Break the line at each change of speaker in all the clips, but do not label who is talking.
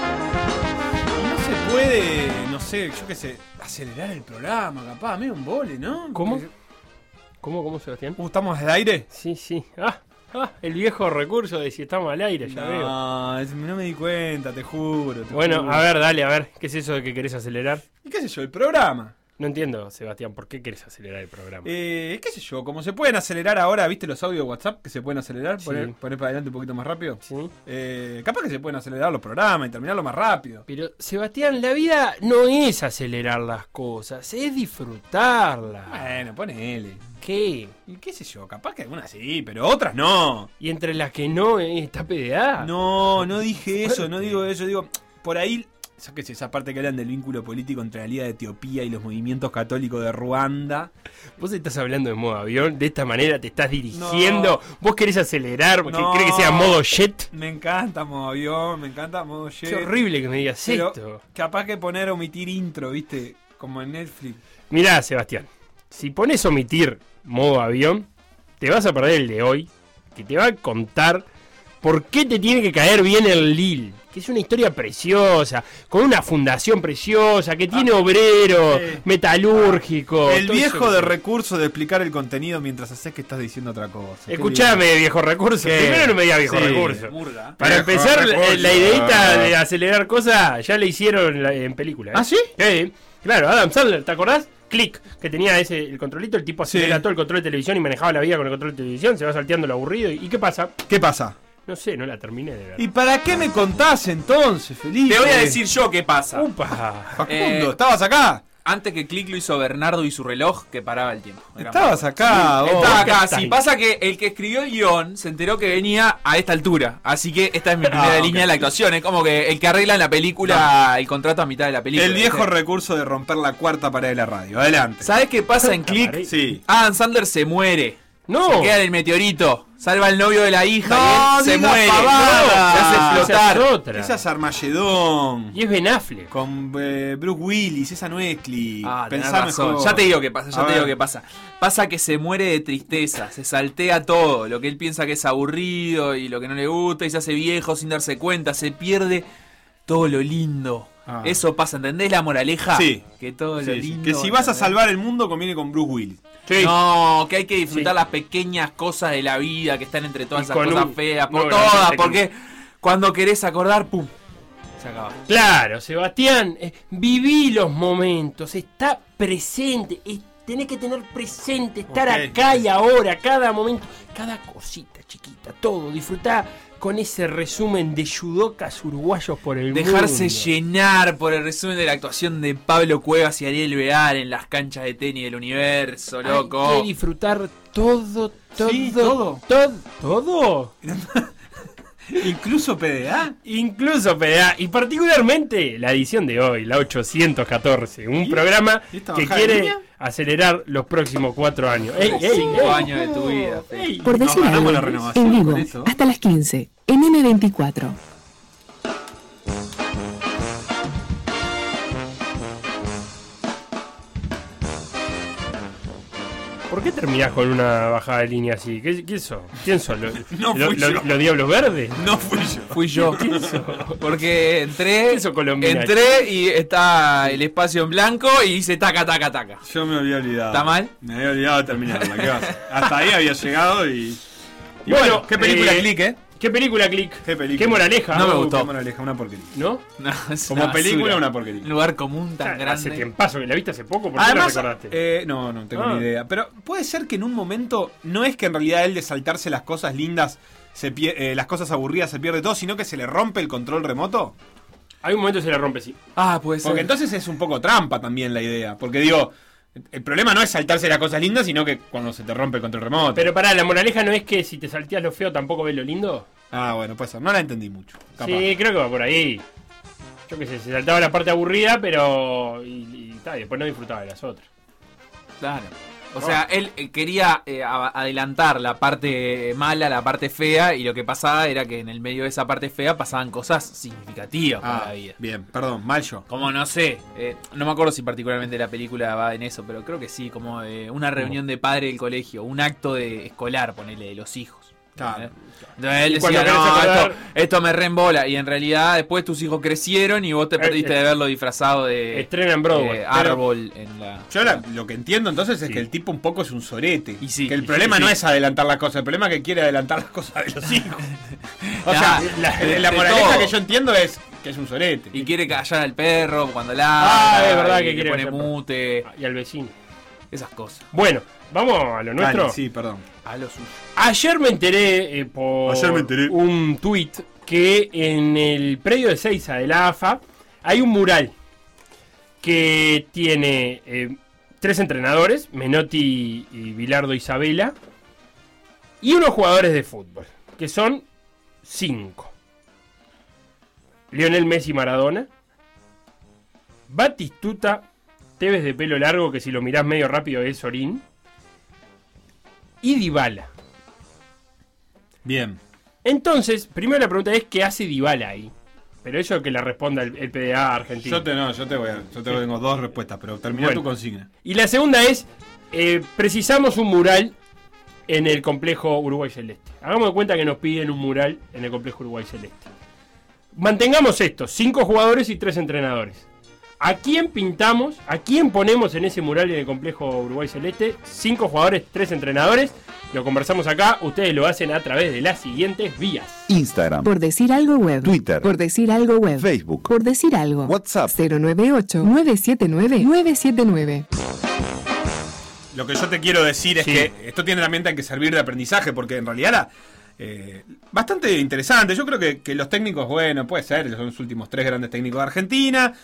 No se puede, no sé, yo qué sé, acelerar el programa, capaz, medio un vole, ¿no?
¿Cómo?
Porque-
¿Cómo, cómo, Sebastián?
Uh, ¿Estamos al aire?
Sí, sí. Ah, ah, el viejo recurso de si estamos al aire, ya veo.
No, es- no me di cuenta, te juro. te
Bueno,
juro.
a ver, dale, a ver. ¿Qué es eso de que querés acelerar?
¿Y qué sé yo? El programa.
No entiendo, Sebastián, ¿por qué querés acelerar el programa?
Eh, ¿Qué sé yo? Como se pueden acelerar ahora, ¿viste los audios de WhatsApp que se pueden acelerar?
Sí.
Poner, poner para adelante un poquito más rápido.
¿Sí?
Eh, capaz que se pueden acelerar los programas y terminarlo más rápido.
Pero, Sebastián, la vida no es acelerar las cosas, es disfrutarlas.
Bueno, ponele.
¿Qué?
¿Y qué sé yo? Capaz que algunas sí, pero otras no.
¿Y entre las que no eh, está PDA?
No, no dije eso, no
Fuerte.
digo eso, digo, por ahí, yo qué sé, esa parte que hablan del vínculo político entre la Liga de Etiopía y los movimientos católicos de Ruanda.
Vos estás hablando de modo avión, de esta manera te estás dirigiendo. Vos querés acelerar porque
No.
crees que sea modo jet.
Me encanta modo avión, me encanta modo jet.
Qué horrible que me digas
Pero
esto.
capaz que poner omitir intro, viste, como en Netflix.
Mirá, Sebastián, si pones omitir modo avión, te vas a perder el de hoy, que te va a contar por qué te tiene que caer bien el Lil, que es una historia preciosa, con una fundación preciosa, que tiene obreros,
Ah, sí. Ah,
metalúrgicos.
el
todo eso
viejo
que-
de recurso de explicar el contenido mientras haces que estás diciendo otra cosa. Qué
Escuchame, viejo recurso.
lindo.
Primero no me digas
Sí,
viejo recurso.
murga.
Para
Viejo
empezar,
recurso.
eh, la ideita de acelerar cosas ya la hicieron la- en película. ¿eh?
¿Ah, sí?
Sí, claro, Adam Sandler, ¿te acordás? Click, que tenía ese el controlito, el tipo
Sí.
aceleraba todo el control de televisión y manejaba la vida con el control de televisión, se va salteando lo aburrido. ¿Y qué pasa?
¿Qué pasa?
No sé, no la terminé de ver.
¿Y para qué me contás entonces, Felipe?
Te voy a decir yo qué pasa.
¡Upa!
Facundo,
Eh,
estabas acá.
Antes que Click lo hizo Bernardo y su reloj que paraba el tiempo. Era
Estabas acá, vos.
Estaba acá,
Está
sí.
ahí.
Pasa que el que escribió el guión se enteró que venía a esta altura. Así que esta es mi primera línea de la actuación. Es como que el que arregla en la película el contrato a mitad de la película.
El viejo
¿viste?
recurso de romper la cuarta pared de la radio. Adelante.
¿Sabes qué pasa en
Pared.
Click?
Sí.
Adam Sandler se muere.
¡No!
Queda en el meteorito. Salva al novio de la hija
No,
y él se
diga
muere.
pavada.
se hace
Esa
explotar.
es otra.
Esa es Armagedón.
Y es Ben Affleck.
Con eh, Bruce Willis, esa no es Click.
Ah, tenés
Pensá
razón.
mejor.
Ya te digo que pasa,
A
ya te digo
ver.
que pasa. Pasa que se muere de tristeza, se saltea todo, lo que él piensa que es aburrido y lo que no le gusta y se hace viejo sin darse cuenta, se pierde todo lo lindo.
Ah.
Eso pasa, ¿entendés la moraleja?
Sí.
Que todo lo
Sí, sí.
lindo.
Que si vas a
¿entendés?
salvar el mundo, conviene con Bruce Willis.
Sí.
No, que hay que disfrutar
Sí.
las pequeñas cosas de la vida que están entre todas
Y
esas
con
cosas
un-
feas,
no,
por
no,
todas,
no, no,
porque cuando querés acordar, pum, se acaba.
Claro, Sebastián, eh, viví los momentos, está presente, es- tenés que tener presente, estar
Ok.
acá y ahora, cada momento, cada cosita chiquita, todo, disfrutar con ese resumen de judocas uruguayos por el
Dejarse
mundo.
llenar por el resumen de la actuación de Pablo Cuevas y Ariel Beal en las canchas de tenis del universo,
Hay
loco.
que disfrutar todo, todo,
Sí, todo.
todo, todo, todo.
Incluso PDA.
Incluso PDA, y particularmente la edición de hoy, la 814, un
¿Y?
programa
¿Y esta
que
bajada de
quiere
línea?
acelerar los próximos cuatro años. Ey, ey,
Cinco
ey.
años de tu vida. Fede.
Ey.
Por decir
ganamos
algo,
la renovación
en
con
vivo,
esto.
hasta las 15, en M24.
¿Por qué terminás con una bajada de línea así? ¿Qué, qué sos? ¿Quién sos? ¿Lo-
No
lo-
fui
lo-
yo.
¿Los diablos verdes?
No fui yo.
Fui yo. Porque entré,
Eso, Colombina.
entré y está el espacio en blanco y hice taca, taca, taca.
Yo me había olvidado.
¿Está mal?
Me había olvidado de terminarla. ¿Qué vas? Hasta ahí había llegado y. y
Bueno,
qué película
eh,
click, ¿eh?
¿Qué película, Click?
Qué película.
moraleja?
No me
Uh,
gustó.
qué moraleja, una porquería.
¿No?
No, Ah, es
Como
una
película,
basura.
una
Un
porquería.
lugar común tan
Ah, Hace
grande.
tiempazo que la viste hace poco, ¿por qué
Además,
la recordaste?
eh, no, no tengo
Ah.
ni idea. Pero puede ser que en un momento no es que en realidad él de saltarse las cosas lindas, se pier- eh, las cosas aburridas se pierde todo, sino que se le rompe el control remoto.
Hay un momento que se la rompe, sí.
Ah, puede ser.
Porque entonces es un poco trampa también la idea. Porque digo, el problema no es saltarse las cosas lindas, sino que cuando se te rompe el control remoto.
Pero pará, la moraleja no es que si te salteas lo feo tampoco ves lo lindo.
Ah, bueno, puede ser. No la entendí mucho. capaz.
Sí, creo que va por ahí. Yo qué sé, se saltaba la parte aburrida, pero. Y, y ta, y después no disfrutaba de las otras.
Claro. O sea, él eh, quería eh, a- adelantar la parte mala, la parte fea, y lo que pasaba era que en el medio de esa parte fea pasaban cosas significativas para
Ah,
la vida.
bien, perdón, mal yo.
Como no sé, eh, no me acuerdo si particularmente la película va en eso, pero creo que sí, como de una reunión de padre del colegio, un acto de escolar, ponele, de los hijos.
Claro.
¿Eh? Entonces él
Y cuando
decía,
querés
"No,
acordar-
esto, esto me reembola. Y en realidad después tus hijos crecieron y vos te
Eh,
perdiste
eh,
de verlo disfrazado de
Estrena en Broadway.
eh,
Pero-
árbol en la...
Yo la- lo que entiendo entonces es
Sí.
que el tipo un poco es un sorete.
Y sí,
que el
y
problema
sí,
no
sí.
es adelantar las cosas, el problema es que quiere adelantar las cosas de los hijos. o
Nah,
sea,
la-
la,
de-
la
de
moraleja
todo.
que yo entiendo es que es un sorete.
Y quiere callar al perro cuando la
Ah, es verdad que
le
quiere
pone
callar al perro. Ah,
mute,
Y al vecino.
esas cosas.
Bueno, vamos a lo
Dale,
nuestro.
sí, perdón.
A lo suyo.
Ayer me enteré eh, por
Ayer me enteré.
un tuit que en el predio de Seiza de la AFA hay un mural que tiene eh, tres entrenadores, Menotti y Bilardo Isabela, y unos jugadores de fútbol, que son cinco. Lionel Messi Maradona, Batistuta, Tevez de pelo largo, que si lo mirás medio rápido es Sorín, y Dybala.
Bien.
Entonces, primero la pregunta es ¿qué hace Dybala ahí? Pero eso que la responda el, el PDA argentino.
Yo te no, yo te voy a, yo te tengo dos respuestas, pero termina
Bueno.
tu consigna.
Y la segunda es, eh, precisamos un mural en el complejo Uruguay Celeste. Hagamos de cuenta que nos piden un mural en el complejo Uruguay Celeste. Mantengamos esto, cinco jugadores y tres entrenadores. ¿A quién pintamos? ¿A quién ponemos en ese mural en el complejo Uruguay Celeste? Cinco jugadores, tres entrenadores. Lo conversamos acá. Ustedes lo hacen a través de las siguientes vías.
Instagram,
Por decir algo web.
Twitter.
Por decir algo web.
Facebook.
Por decir algo.
WhatsApp.
098-979-979.
Lo que yo te quiero decir es
Sí.
que esto tiene también que servir de aprendizaje, porque en realidad era eh, bastante interesante. Yo creo que, que los técnicos, bueno, puede ser, son los últimos tres grandes técnicos de Argentina.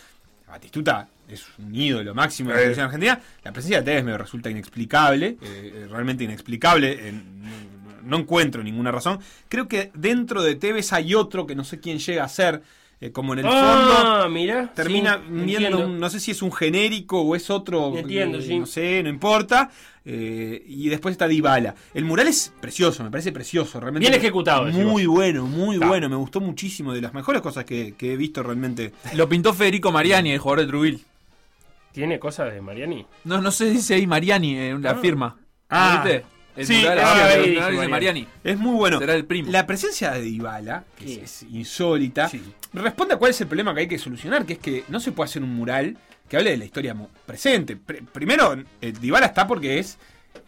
Batistuta es un ídolo máximo de la selección argentina. La presencia de Tevez me resulta inexplicable, eh, eh, realmente inexplicable. eh, no- no encuentro ninguna razón. Creo que dentro de Tevez hay otro que no sé quién llega a ser, eh, como en el fondo.
Ah, mirá.
Termina
Sí,
viendo,
entiendo.
un- no sé si es un genérico o es otro.
Entiendo,
eh,
sí.
No sé, no importa. Eh, y después está Dybala. El mural es precioso, me parece precioso. Realmente
Bien ejecutado, decís
Muy bueno, muy
Está.
bueno. Me gustó muchísimo. De las mejores cosas que, que he visto realmente.
Lo pintó Federico Mariani, el jugador de Trujillo.
¿Tiene cosas de Mariani?
No, no sé, dice ahí Mariani en la firma.
Ah.
¿Viste? El
Sí,
mural
es
ahora,
verdad,
el
ahí
mural
dice
dice Mariani.
Es muy bueno.
Será el primo.
La presencia de Dybala, que
Sí.
es, es insólita,
Sí.
responde a cuál es el problema que hay que solucionar, que es que no se puede hacer un mural que hable de la historia mo- presente. Pre- primero, eh, Dybala está porque es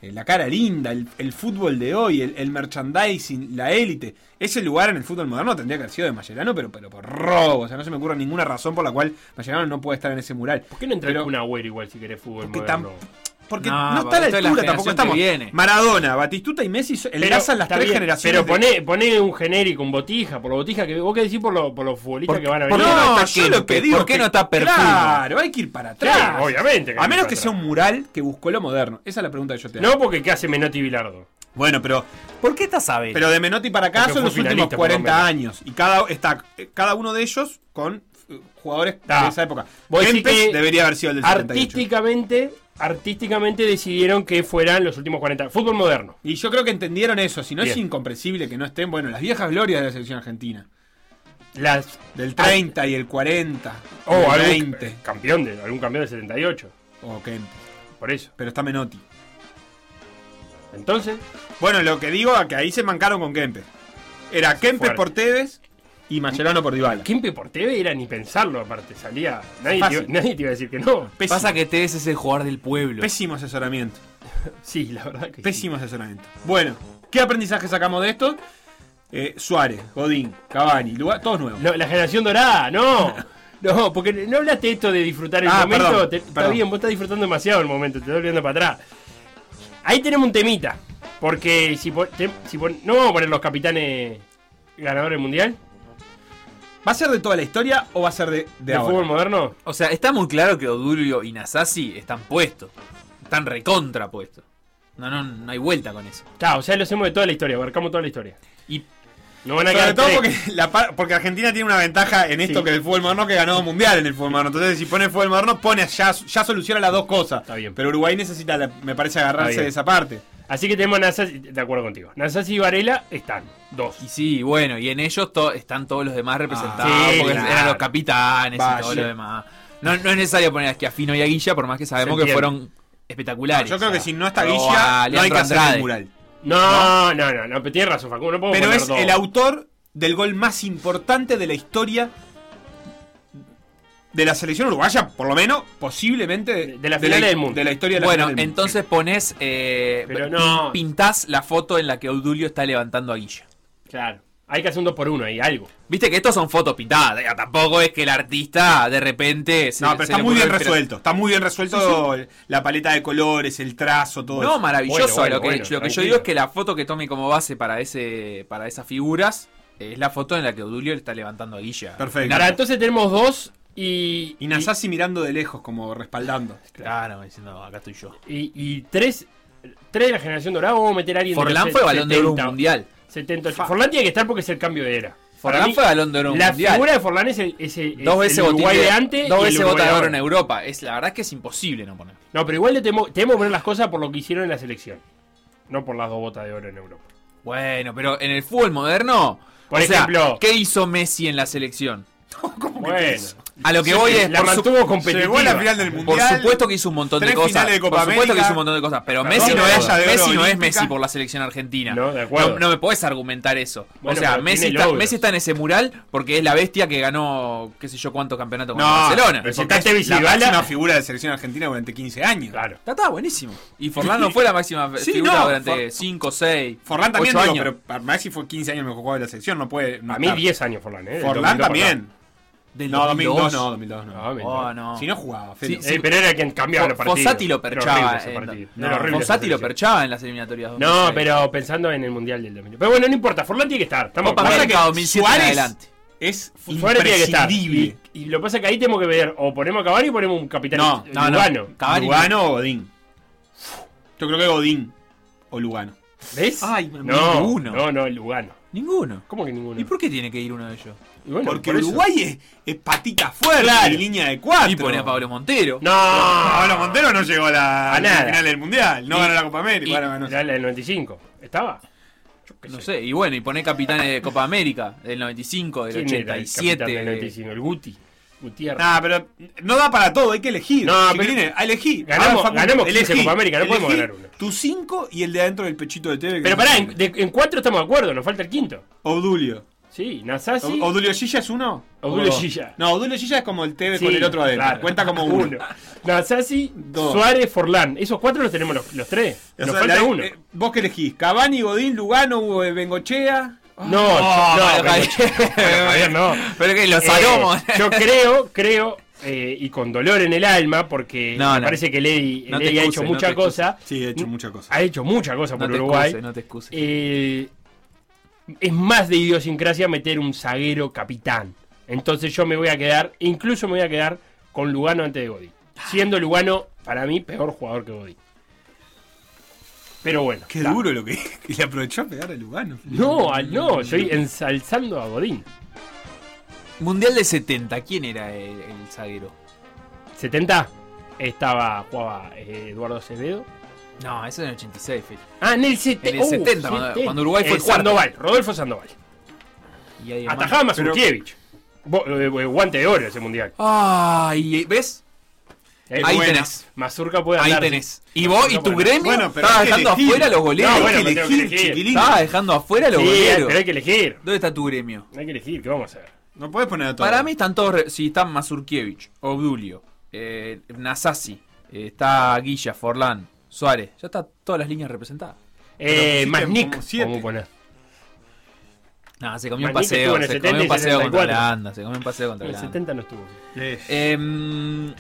eh, la cara linda, el, el fútbol de hoy, el, el merchandising, la élite. Ese lugar en el fútbol moderno tendría que haber sido de Mascherano, pero, pero por robo. O sea, no se me ocurre ninguna razón por la cual Mascherano no puede estar en ese mural.
¿Por qué no entra
Pero-
un agüero igual si querés fútbol
Porque
moderno?
Porque
No,
no, está a la
esto es la
altura, tampoco
generación que
estamos.
viene.
Maradona, Batistuta y Messi so- enlazan las
está
tres
bien,
generaciones.
Pero
de-
poné, poné un genérico, un botija, por la botija que vos qué decís por, lo- por los futbolistas que van a venir.
qué no
no,
está
yo
Kempe?
lo que digo
¿Por qué
es que-
no está Perfumo?
Claro, hay que ir para atrás.
Sí, obviamente que hay
A
que ir
menos
para
que
atrás.
sea un mural que buscó lo moderno. Esa es la pregunta que yo te hago.
No, porque ¿qué hace Menotti y Bilardo?
Bueno, pero,
¿Por qué estás a ver?
pero de Menotti para acá
Porque
son
fue
los últimos
finalista, por lo
40
menos.
años. Y cada, está, eh, cada uno de ellos con eh, jugadores
Ta.
de esa época.
Vos decís
Kempes
que
debería haber sido el del 78.
Artísticamente, artísticamente decidieron que fueran los últimos 40. Fútbol moderno.
Y yo creo que entendieron eso. Si no es
Bien.
incomprensible que no estén, bueno, las viejas glorias de la selección argentina.
Las.
Del 30 y el 40.
O
el
algún
20.
campeón de, algún campeón del 78.
O Kempes.
Por eso.
Pero está Menotti.
Entonces,
Bueno, lo que digo es que ahí se mancaron con Kempes. Era Kempes
fuerte.
por Tevez y Mascherano por Dybala.
Kempe por TV era ni pensarlo, aparte, salía. Nadie, te,
Fácil.
iba- nadie te iba a decir que no.
Pésimo,
Pasa que Tevez es el jugador del pueblo.
pésimo asesoramiento.
Sí, la verdad que. sí.
Pésimo asesoramiento. Bueno, ¿qué aprendizaje sacamos de esto? Eh, Suárez, Godín, Cavani, Lugar, todos nuevos.
No, la generación dorada, no. No, porque no hablaste esto de disfrutar el
Ah,
momento.
perdón,
te- está
perdón.
bien, vos estás disfrutando demasiado el momento, te estás olvidando para atrás. Ahí tenemos un temita. Porque si, pon- te- si pon- no vamos a poner los capitanes ganadores del mundial
¿Va a ser de toda la historia o va a ser de, de
del
ahora?
fútbol moderno,
O sea, está muy claro que Odulio y Nasasi están puestos. Están recontra puestos. No, no, no hay vuelta con eso.
chao, o sea, lo hacemos de toda la historia, abarcamos toda la historia.
Y
No van a
Sobre
quedar
todo
tres.
porque, la par- porque Argentina tiene una ventaja en esto
Sí.
que el fútbol moderno que ganó mundial en el fútbol moderno. Entonces, si pone el fútbol moderno, pone ya, ya soluciona las dos cosas.
Está bien.
Pero Uruguay necesita, la- me parece, agarrarse
bien.
de esa parte.
Así que tenemos a Nasas, de acuerdo contigo. Nasas y Varela están, dos.
Y sí, bueno, y en ellos to- están todos los demás representados,
Ah, sí,
porque
claro.
eran los capitanes
Vaya.
y todo lo demás. No, no es necesario poner a Schiaffino y a Guilla, por más que sabemos
Se
que
entiende.
fueron espectaculares.
Yo creo que si no está
O
Guilla,
a
no hay que
Leandro
hacer
Andrade.
el mural.
No, no, no, no, pero tienes razón, Facundo, no puedo
Pero
poner
es
dos.
el autor del gol más importante de la historia de la selección uruguaya, por lo menos, posiblemente
De- de la final
la,
del mundo.
de la historia de la
Bueno,
final del mundo.
entonces pones. eh,
Pero
pin-
no.
Pintás la foto en la que Odulio está levantando a Guilla.
Claro, hay que hacer un dos por uno ahí, algo.
Viste que estos son fotos pintadas. digo, Tampoco es que el artista de repente. se-
No, pero
se
está
le
muy
ocurrió
bien
el- pero-
resuelto. Está muy bien resuelto la paleta de colores, el trazo, todo
No,
eso.
maravilloso.
Bueno,
lo que,
bueno,
lo que
bueno,
yo digo es
tranquilo.
que la foto que tome como base para ese para esas figuras es la foto en la que Odulio le está levantando a Guilla.
Perfecto.
Ahora, Ah, entonces tenemos dos y.
Y Nasasi mirando de lejos, como respaldando.
Claro, diciendo, acá estoy yo.
Y, y tres, tres de la generación dorada vamos a meter a alguien de
Forlán
los
fue balón de oro
70,
mundial.
78. Forlán tiene que estar porque es el cambio de era. Para
Forlán
mí,
fue balón de oro
La
mundial.
figura de Forlán es el, es el- es
dos veces
el
botín
Uruguay
de-
de antes. y
Dos
el
veces
Uruguay
bota de oro en
ahora.
Europa. Es, la verdad es que es imposible no poner.
No, pero igual le tenemos, tenemos que poner las cosas por lo que hicieron en la selección. No por las dos botas de oro en Europa.
Bueno, pero en el fútbol moderno.
Por
o sea,
ejemplo-
¿qué hizo Messi en la selección?
Bueno,
A lo que voy es.
la
por su-
mantuvo competitiva.
Llegó a la final del
Por
mundial.
supuesto que hizo un montón de
Tres
cosas.
finales de Copa
por supuesto que
América.
hizo un montón de cosas. Pero
Perdón,
Messi no, es,
medalla
de oro
Messi no es
olímpica.
Messi por la selección argentina.
No, de acuerdo.
No, no me puedes argumentar eso.
Bueno,
o sea,
pero
Messi
tiene
está,
logros.
Messi está en ese mural porque es la bestia que ganó, qué sé yo, cuántos campeonatos con
No,
Barcelona.
pero-
porque
Sentaste
es la
Visibala.
máxima figura de selección argentina durante 15 años.
Claro.
Está, está, buenísimo. Y Forlán no fue la máxima
Sí,
figura
no,
durante
For-
5, 6,
Forlán también,
8
digo,
años.
pero para Messi fue 15 años el mejor jugador de la selección. No puede. No
A mí
está.
10 años Forlán, ¿eh? Del
Forlán
2002
también.
Del
No, 2002
2002.
no, 2002 no.
Ah, mira.
Oh, no.
Si no jugaba,
Sí,
Fede.
Eh, pero era quien cambiaba los
Fo-
partidos.
Fossati lo
Era horrible
perchaba.
ese
en-
partido.
no,
Era horrible esa
Fossati lo
selección.
perchaba en las eliminatorias.
No,
2006.
pero pensando en el Mundial del 2000. Pero bueno, no importa, Forlán tiene que estar. Estamos
Copa
de acuerdo.
América 2007 en
Suárez-
adelante.
Es
Forlán tiene que estar.
imprescindible.
Y, y lo que pasa es que ahí tenemos que ver, o ponemos a Cavani o ponemos un capitán
No,
eh,
no, no.
cubano.
Cavani no.
¿Lugano o Godín? Yo creo que Godín o Lugano.
¿Ves?
Ay,
no,
ninguno.
no, no, el Lugano.
Ninguno.
¿Cómo que ninguno?
¿Y por qué tiene que ir uno de ellos?
Y bueno,
Porque
por eso.
Uruguay es, es patita fuerte
Claro.
y línea de cuatro.
Y pone a Pablo Montero.
No,
Pablo Montero no llegó a la,
A
a la
nada.
final del mundial. No
Y-
ganó la Copa América.
Y,
bueno, ganó-
la, la del 95. ¿Estaba? Yo qué
No sé, y bueno, y pone capitanes de Copa América del 95, del
¿Quién era el capitán
87.
del 95? El Guti. Gutiérrez.
Nah, Ah, pero no da para todo, hay que elegir.
No, pero-
Chiquilines, a elegir.
Ganamos-
Vamos, Facundo,
ganamos 15 Copa América, no podemos
elegí
ganar uno.
Tu 5 y el de adentro del pechito de TV.
Pero pará, en, de- en cuatro estamos de acuerdo, nos falta el quinto.
Odulio.
Sí, Nasasi.
O- ¿Odulio Gilla es uno?
Odulio
¿O dos?
Gilla.
No, Odulio Gilla es como el TV
Sí,
con el otro adentro.
claro.
Cuenta como uno.
Nasasi,
Dos.
Suárez, Forlán. Esos cuatro los tenemos los, los tres.
O
Nos
sea,
falta
la-
uno.
eh, vos que elegís, Cavani, Godín, Lugano, eh, Bengochea.
No,
Oh, Mario
yo- no, pero-
Javier.
Mario Javier no.
Pero que los
Eh,
aromos.
yo creo, creo, eh, y con dolor en el alma, porque
No,
me
no.
parece que Lady,
No te
Lady ha
excuses,
hecho
no
mucha
te excuses.
cosa.
Sí, he hecho muchas cosas.
Ha hecho mucha cosa
No
por
te
Uruguay.
excuses, no te excuses.
Eh, es más de idiosincrasia meter un zaguero capitán. Entonces yo me voy a quedar, incluso me voy a quedar con Lugano antes de Godín. Siendo Lugano, para mí, peor jugador que Godín. Pero bueno.
Qué
está.
duro lo que es. Y le aprovechó a pegar a Lugano.
No, al- no, estoy ensalzando a Godín.
Mundial de 70, ¿quién era el, el zaguero?
70 estaba, jugaba eh, Eduardo Acevedo.
No, eso en el 86, Fede.
Ah, en el, sete-
En el 70, cuando- cuando Uruguay fue
Eh,
cuarto.
Sandoval, Rodolfo Sandoval.
Y ahí, hermano.
Atajaba
pero-
Mazurkiewicz. Bo- eh, eh, Guante de oro ese mundial.
Ay, ¿ves?
Eh,
Ahí
bueno,
tenés.
Mazurca puede
ahí
andar.
tenés. Y vos y tu
Bueno,
gremio
bueno, pero
estabas
hay que
dejando
elegir.
afuera los goleros.
No,
Hay
bueno,
que
pero tengo que
elegir,
elegir.
chiquilín.
Estabas dejando afuera los
Sí,
goleros.
pero hay que elegir.
¿Dónde está tu gremio?
Hay que elegir, ¿qué vamos a hacer?
No puedes poner a todos.
Para mí están todos. re- Si están Mazurkiewicz, Obdulio, eh, Nasasi, eh, está Guilla, Forlán, Suárez. Ya está todas las líneas representadas.
Eh,
pusiste
más
como
Nick,
siete.
¿cómo poner?
Nah, se comió un
Magnite
paseo.
estuvo en el
Se
70
comió un
y
paseo contra
64.
Holanda. Se comió un paseo contra
En el
Holanda.
70 no estuvo.
Eh,
Em,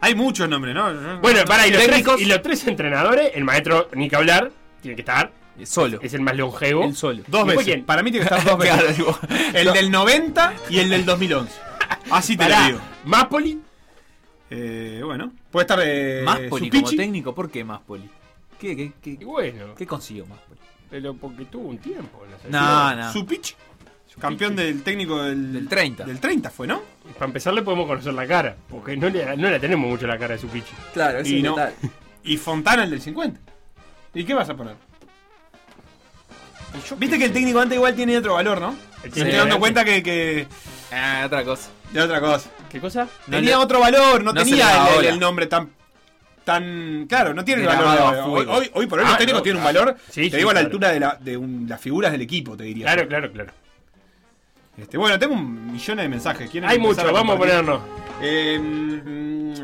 hay muchos nombres, ¿no?
Bueno, para, y los, tres,
Técnicos.
y los tres entrenadores, el maestro, ni que hablar, tiene que estar,
solo.
es el más longevo.
El solo.
dos
¿Y
veces.
fue quién?
Para mí tiene que estar dos
Claro,
veces.
digo,
el del 90 y el del 2011. Así te lo
Pará,
digo.
Mapoli,
Eh, bueno, puede estar eh,
Máspoli como
Supichi.
técnico. ¿Por qué Máspoli? ¿Qué, qué, qué,
y bueno,
qué consiguió Máspoli?
pero porque tuvo un tiempo. en la selección.
No, no.
Supic, campeón del técnico del,
Del 30.
Del 30 fue, ¿no?
Para empezar le podemos conocer la cara, porque no, le, no la tenemos mucho la cara de su pichi.
Claro,
ese Y es no. total. Y Fontana el del 50. ¿Y qué vas a poner? Viste que el técnico antes igual tiene otro valor, ¿no?
El
Me
técnico
estoy dando
antes.
cuenta que, que-
Ah, otra cosa.
de otra cosa.
¿Qué cosa?
No
tenía
le-
otro valor, no,
no se le
tenía
daba
el- el,
bola.
el nombre tan tan claro, no tiene el
Grabado
valor.
a
Hoy,
fuego.
hoy- hoy por hoy los
Ah,
técnicos
no,
tienen
claro.
un valor,
Sí,
te
sí,
digo a la
claro.
altura de, la- de un- las figuras del equipo, te diría.
Claro, claro, claro.
Este, bueno, tengo un millón de mensajes. ¿Quieren
Hay
empezar
mucho, vamos a
compartir?
ponernos.
Eh,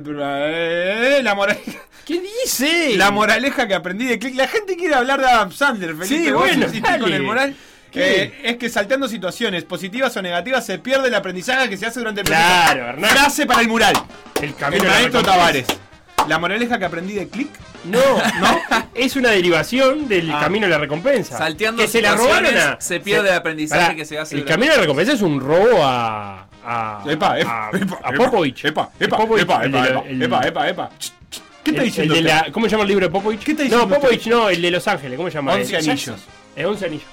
mm, la, moraleja,
¿Qué dice?
la moraleja que aprendí de Click. La gente quiere hablar de Adam Sandler, Felipe.
Sí,
vos
bueno,
insistís
dale.
con el moral.
¿Qué?
Eh, es que salteando situaciones positivas o negativas se pierde el aprendizaje que se hace durante el proceso.
Claro, Hernán.
Frase para el mural.
El
El
camino de la
maestro
recompensa.
Tavares. La moraleja que aprendí de Click.
No, no. Es una derivación del
Ah.
camino a la recompensa.
Salteando
que se la robaron a-
situaciones, se pierde el aprendizaje
Pará,
que se hace
El
durante-
camino a la recompensa es un robo a. a
Epa,
a,
epa, epa,
Ah, a Popovich.
Epa, epa,
Es Popovich,
epa,
el
epa,
de
epa,
la- el-
epa, epa, epa. ¿Qué está
el-
diciendo?
el de
usted?
la- ¿Cómo se llama el libro de Popovich?
¿Qué está
no,
diciendo
Popovich
usted?
no, el de Los Ángeles. ¿Cómo se llama?
Once
El-
anillos.
Es Once anillos.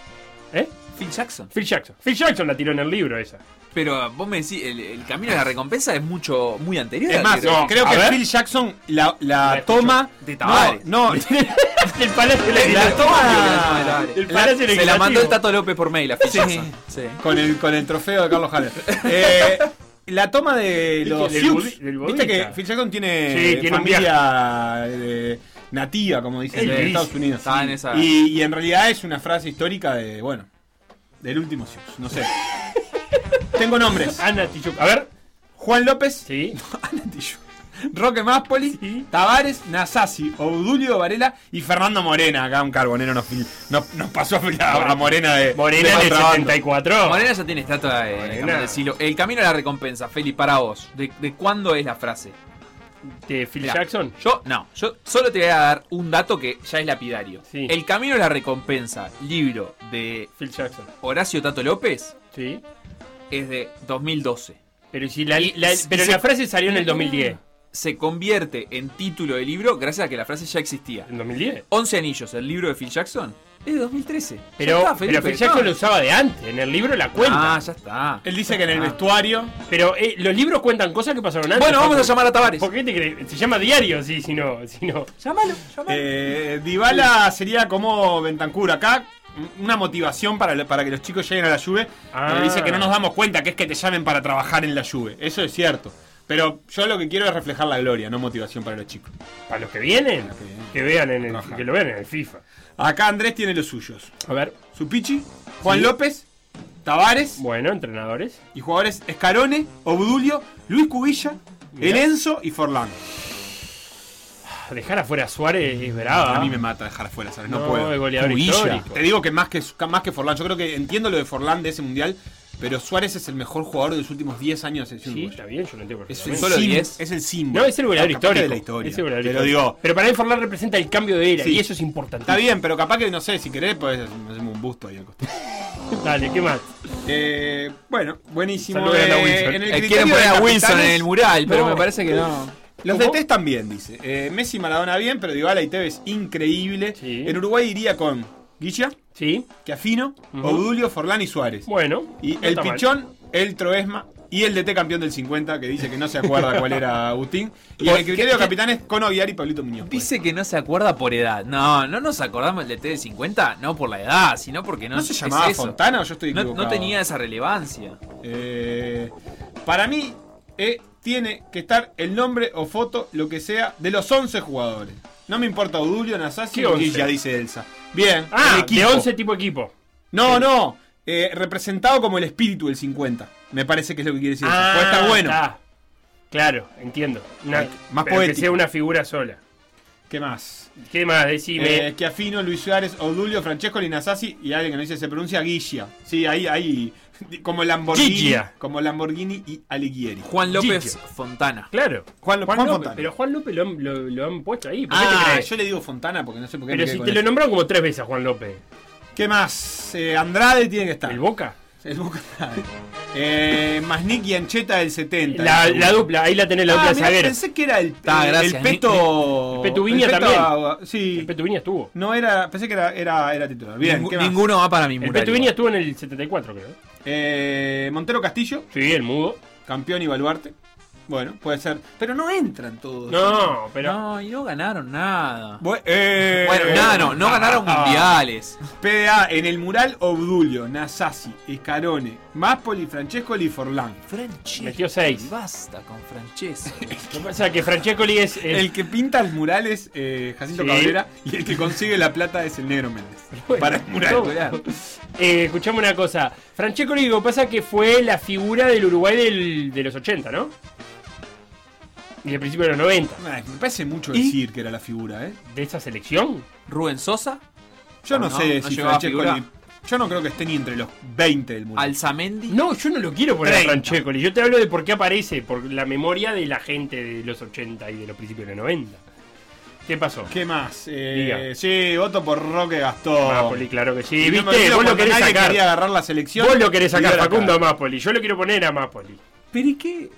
¿Eh?
Phil Jackson.
Phil Jackson. Phil Jackson la tiró en el libro esa.
Pero vos me decís, el, el camino de la recompensa es mucho, muy anterior.
Es
al
más,
libro.
no.
creo
A
que
ver.
Phil Jackson la,
La
la
escucho.
toma.
De Tavares.
No, no,
el palacio de
la toma.
El
La-
palacio
se la
legislativo.
mandó el Tato López por mail a Phil Jackson. Sí.
con el, con el trofeo de Carlos Haller. Eh, la toma de
Del-
los
del
Sioux.
budi- del
Viste que
budista.
Phil Jackson tiene,
Sí, tiene un
familia eh, nativa, como dicen,
Él
de
dice.
Estados Unidos.
Estaba en esa-
Y, y en realidad es una frase histórica de, bueno, del último Sioux, no sé. Tengo nombres.
Ana Tijoux. A ver.
Juan López,
Sí.
Anatillo, Roque Máspoli,
Sí.
Tavares, Nasasi, Obdulio Varela y Fernando Morena. Acá un carbonero nos, fil- nos- nos pasó a, fil- a- a Morena de. de
Morena en el
contrabando.
74.
Morena ya tiene estatua de,
Morena.
Camino del Siglo. El camino de la recompensa, Feli, para vos. ¿De, de cuándo es la frase?
De Phil
Mirá,
Jackson.
Yo, no, yo solo te voy a dar un dato que ya es lapidario.
Sí.
El camino de la recompensa, libro de
Phil Jackson.
Horacio Tato López,
Sí.
es de 2012.
Pero si la,
Y-
la-
y
pero
se-
la frase salió en el 2010.
Se convierte en título de libro gracias a que la frase ya existía.
¿En 2010?
11 anillos, el libro de Phil Jackson, es de 2013. Ya
Pero,
está,
pero
Felipe,
Phil Jackson
no.
lo usaba de antes. En el libro la cuenta.
Ah, ya está. Ah.
Él dice que en el vestuario.
Pero eh, los libros cuentan cosas que pasaron antes.
Bueno, vamos a
Facu.
llamar a Tavares.
¿Por qué te crees? Se llama diario, sí, si no. Si no.
Llámalo, llámalo.
Eh, Dybala sería como Bentancur acá. Una motivación para, para que los chicos lleguen a la lluvia.
Ah.
dice que no nos damos cuenta que es que te llamen para trabajar en la lluvia. Eso es cierto. Pero yo lo que quiero es reflejar la gloria, no motivación para los chicos.
Para los que vienen,
los que vienen.
que vean en el,
Ajá.
que lo vean en el FIFA.
Acá Andrés tiene los suyos.
A ver.
Supichi, Juan
Sí.
López, Tavares,
Bueno, entrenadores.
y jugadores Escarone, Obdulio, Luis Cubilla, El
Mirá.
Enzo y Forlán.
Dejar afuera a Suárez es brava.
A mí me mata dejar afuera, ¿sabes? No,
No,
puedo.
el goleador histórico.
Te digo que más que, más que Forlán, yo creo que entiendo lo de Forlán de ese mundial, pero Suárez es el mejor jugador de los últimos 10 años. en
Sí,
Uruguay.
está bien, yo lo entiendo
Es,
perfectamente.
el
¿Solo
sim-
10?
es el símbolo.
No, es el
Capaz
goleador
que
histórico.
de la historia.
Es el goleador
Te lo
histórico.
digo.
Pero para mí Forlán representa el cambio de era
Sí.
y eso es importante.
Está bien, pero capaz que no sé, si querés, pues hacemos un busto ahí al costado.
Dale, ¿qué más?
Eh, bueno, buenísimo.
Saludos a
Eh,
Wilson.
Eh,
en el criterio
quieren poner
de
a Wilson en
capitanes-
el mural, pero
No.
me parece que no.
Los
¿Cómo?
DTs también, dice. Eh, Messi y Maradona bien, pero Dybala y Tevez increíble.
Sí.
En Uruguay iría con Guilla,
Sí,
Chiafino,
Ujú.
Obdulio, Forlán y Suárez.
bueno.
y
no
el
está mal.
Pichón, el Troesma y el DT campeón del 50, que dice que no se acuerda cuál era Agustín. Y en
¿Por
el
qué-
criterio de
qué-
capitanes con Oviar y Pablito Muñoz. pues.
Dice que no se acuerda por edad. No, no nos acordamos del DT del 50, no por la edad, sino porque no,
¿No se
es
llamaba
eso.
Fontana o yo estoy
No, no
equivocado?
tenía esa relevancia.
Eh, para mí, eh, tiene que estar el nombre o foto, lo que sea, de los 11 jugadores. No me importa Odulio, Nasassi
¿Qué
o
11?
Guilla, dice Elsa. Bien, el
Ah,
equipo.
de 11 tipo equipo.
No, no. eh, representado como el espíritu del 50. Me parece que es lo que quiere decir. Elsa.
Ah,
Pues está bueno.
está. Claro, entiendo. Una-
Eh, más
pero Que
poético.
sea una figura sola.
¿Qué más?
¿Qué más? Decime.
Eh, Schiaffino, Luis Suárez, Odulio, Francesco Linasasi y alguien que no dice se pronuncia Guilla. Sí, ahí, ahí. Como Lamborghini.
Giglia.
Como Lamborghini y Alighieri.
Juan López
Gigi.
Fontana.
claro.
Juan, Juan
López,
Fontana.
Pero Juan López lo, han- lo- lo han puesto ahí. ¿por qué te
Ah,
crees?
yo le digo Fontana porque no sé por qué.
pero
me
si
quedé
te
con
lo
eso.
nombraron como tres veces a Juan López.
¿Qué más? Eh, Andrade tiene que estar.
¿El Boca?
El Boca Andrade. Eh, Masnik y Ancheta del 70.
La,
dice
la
uno.
dupla, ahí la tenés la
Ah,
dupla
mirá,
Zaguera.
pensé que era el,
Está,
el-
Ah, gracias.
el Peto.
Ni- ni- Petuviña
el Peto
también.
Agua- Sí.
El Petuviña estuvo.
No era. Pensé que era, era, era titular. Bien,
Ningú-
¿qué más?
ninguno va para mi
El
mural.
Petuviña estuvo en el 74, creo.
Eh, Montero Castillo.
Sí, el mudo.
campeón y baluarte. Bueno, puede ser. Pero no entran todos.
No, pero.
No, y no ganaron nada.
Bu- eh,
Bueno, nada, no, no ganaron
ah.
mundiales.
PDA en el mural Obdulio, Nasasi, Escarone, Máspoli, Francescoli y Forlán.
Francesco.
Metió seis.
Basta con Francesco.
Lo que pasa es que Francescoli es. es-
El que pinta los murales eh, Jacinto
Sí.
Cabrera y el que consigue la plata es el negro Méndez.
Bueno,
para el mural.
no. Eh, escuchame una cosa. Francescoli, lo que pasa es que fue la figura del Uruguay del- de los 80, ¿no? Y del principio de los 90.
Ay, Ah, me parece mucho
¿Y?
decir que era la figura, ¿eh?
¿De esa selección?
Rubén Sosa,
Yo no,
No,
sé
no
si
llegaba a
Francescoli.
figura.
Yo no creo que esté ni entre los 20 del mural.
Alzamendi.
No, yo no lo quiero poner a
30.
Francescoli. Yo te hablo de por qué aparece, por la memoria de la gente de los 80 y de los principios de los 90. ¿Qué pasó?
¿Qué más? Eh,
Diga.
sí, voto por Roque Gastón.
Mápoli, claro que sí.
Y no me
¿Viste?
olvido
Vos lo
cuando
querés
nadie
sacar.
quería agarrar la selección.
Vos lo querés
Y
sacar,
ahora
Facundo, a
acá.
Mápoli. Yo lo quiero poner a Mápoli.
Pero ¿y qué?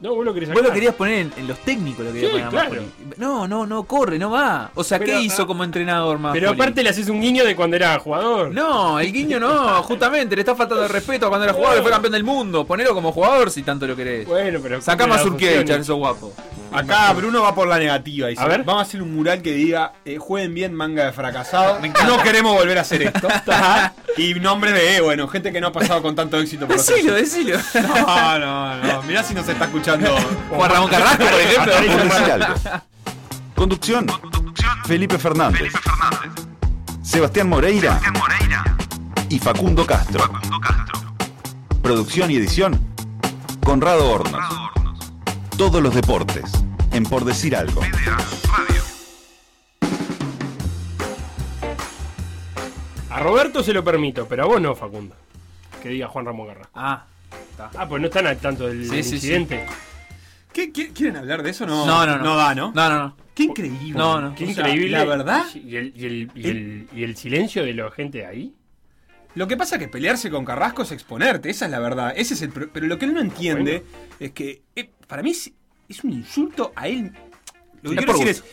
No, vos lo querés sacar.
Vos lo querías poner en, en los técnicos, lo querías
Sí,
poner a
claro.
Maffoli. No, no, no, corre, no va. O sea,
Pero,
¿qué hizo
ah,
como entrenador más?
Pero aparte le haces un guiño de cuando era jugador.
No, el guiño no, justamente, le está faltando el respeto a cuando era jugador, que fue campeón del mundo. Ponelo como jugador si tanto lo querés.
Bueno, pero.
Sacá
cumple
más
las
Urquier,
funciones.
eso guapo.
Acá Bruno va por la negativa. Dice,
A ver.
Vamos a hacer un mural que diga: eh, jueguen bien, manga de fracasado.
Me encanta.
No queremos volver a hacer esto. y nombres de, eh, bueno, gente que no ha pasado con tanto éxito por los
Decilo, decilo.
No, no, no. Mirá si nos está escuchando.
Juan Ramón Carrasco, por ejemplo.
Por decir algo. Conducción. Felipe Fernández. Sebastián Moreira. Y Facundo Castro. Producción y edición. Conrado Hornos. Todos los deportes. En Por Decir Algo.
A Roberto se lo permito, pero a vos no, Facundo. Que diga Juan Ramón Garrasco.
Ah,
Ah, pues no están al tanto del,
Sí,
del
sí, sí.
incidente.
¿Qué, qué- quieren hablar de eso? No,
no, no, no.
No da, ¿no?
No, no, no.
Qué increíble.
No, no.
Qué
O sea,
increíble.
la verdad.
Y el, y el- y el- y el silencio de la gente de ahí.
Lo que pasa es que pelearse con Carrasco es exponerte, esa es la verdad. Ese es el pro- pero lo que él no entiende es que eh, para mí es, es un insulto a él. Lo
Sí,
que quiero
por
decir es,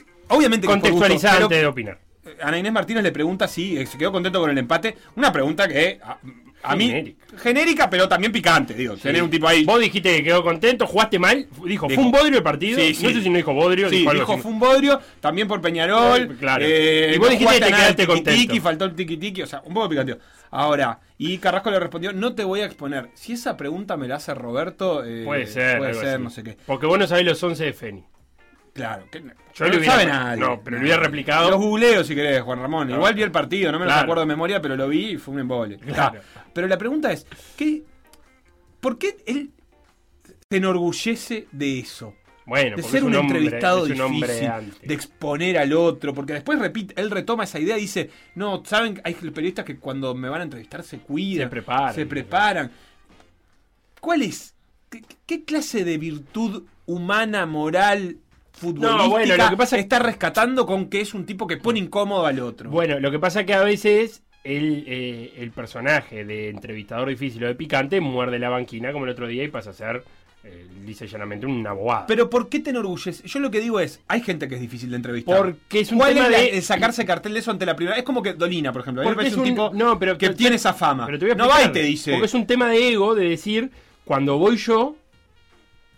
es- obviamente que es por gusto,
Contextualizar
pero eh,
antes de opinar.
Ana Inés Martínez le pregunta si eh, se quedó contento con el empate, una pregunta que a, a mí
Genérica.
genérica pero también picante, digo, tener un tipo ahí.
Vos dijiste que quedó contento, jugaste mal. Dijo,
Dijo-
fue un bodrio el partido.
Sí, sí.
No sé si no dijo bodrio.
Sí,
dijo algo
dijo
así.
fue un bodrio, también por Peñarol.
Claro.
eh,
Y vos dijiste
jugaste
que te
nada al
quedaste
tiquitiqui,
contento.
faltó el tiquitiqui, o sea, un poco picanteo. Ahora, y Carrasco le respondió, no te voy a exponer. Si esa pregunta me la hace Roberto, eh,
Puede ser.
puede
algo
ser,
así.
no sé qué.
Porque vos no sabés los 11 de Feni.
Claro, que,
Yo
no
lo hubiera-
sabe nadie.
no, pero lo hubiera replicado.
Los googleo si querés, Juan Ramón.
Claro.
Igual vi el partido, no me lo
Claro.
acuerdo de memoria, pero lo vi y fue un embole.
Claro.
Ah, Pero la pregunta es, ¿qué, ¿por qué él se enorgullece de eso?
Bueno,
de
porque
ser
es
un,
hombre-
entrevistado
es un hombre
difícil,
antes.
de exponer al otro, porque después repite, él retoma esa idea y dice, no, saben, hay periodistas que cuando me van a entrevistar se cuidan,
Se preparan.
se preparan. ¿Cuál es? ¿Qué, qué clase de virtud humana, moral, futbolística
bueno, lo que pasa es-
está rescatando con que es un tipo que pone incómodo al otro?
Bueno, lo que pasa es que a veces el, eh, el personaje de entrevistador difícil o de picante muerde la banquina como el otro día y pasa a ser, eh, dice llanamente, una bobada.
Pero ¿por qué te enorgulleces? Yo lo que digo es, hay gente que es difícil de entrevistar.
porque es un
¿Cuál
tema
es la-
de...
el sacarse cartel de eso ante la primera? Es como que Dolina, por ejemplo. A mí me
porque
parece un, tipo
no, pero-
que
pero-
tiene esa fama.
pero te voy a
no va y
explicar,
te dice.
Porque es un tema de ego de decir, cuando voy yo,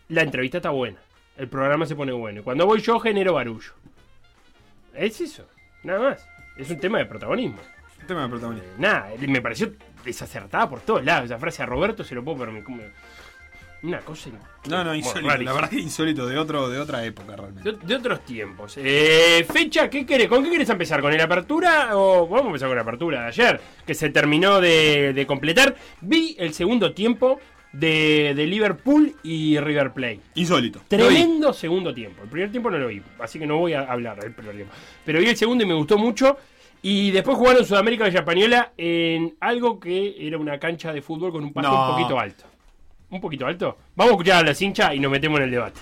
la entrevista está buena. El programa se pone bueno. Cuando voy yo, genero barullo. Es eso, nada más. Es un tema de protagonismo.
un tema de protagonismo.
Eh, Nada, él me pareció desacertada por todos lados. Esa frase a Roberto se lo puedo permitir. Una cosa. in-
No, no, insólito.
Bueno, rarísimo.
la verdad que insólito de otro, de otra época realmente.
De, de otros tiempos. Eh, fecha, ¿qué querés? ¿Con qué querés empezar? ¿Con el apertura? O vamos a empezar con la apertura de ayer, que se terminó de, de completar. Vi el segundo tiempo de, de Liverpool y River Plate.
Insólito.
Tremendo segundo tiempo. El primer tiempo no lo vi, así que no voy a hablar del primer tiempo. Pero vi el segundo y me gustó mucho. Y después jugaron Sudamérica Villa Española en algo que era una cancha de fútbol con un pasto
No.
un poquito alto. ¿Un poquito alto? Vamos a escuchar a las hinchas y nos metemos en el debate.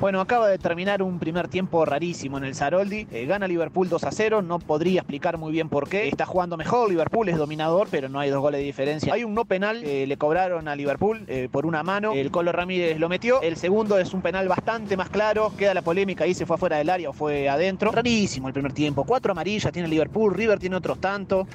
Bueno, acaba de terminar un primer tiempo rarísimo en el Saroldi. Eh, gana Liverpool 2 a 0. No podría explicar muy bien por qué. Está jugando mejor. Liverpool es dominador, pero no hay dos goles de diferencia. Hay un no penal. eh, le cobraron a Liverpool eh, por una mano. El Colo Ramírez lo metió. El segundo es un penal bastante más claro. Queda la polémica ahí. Se fue afuera del área o fue adentro. Rarísimo el primer tiempo. Cuatro amarillas tiene Liverpool. River tiene otros tantos.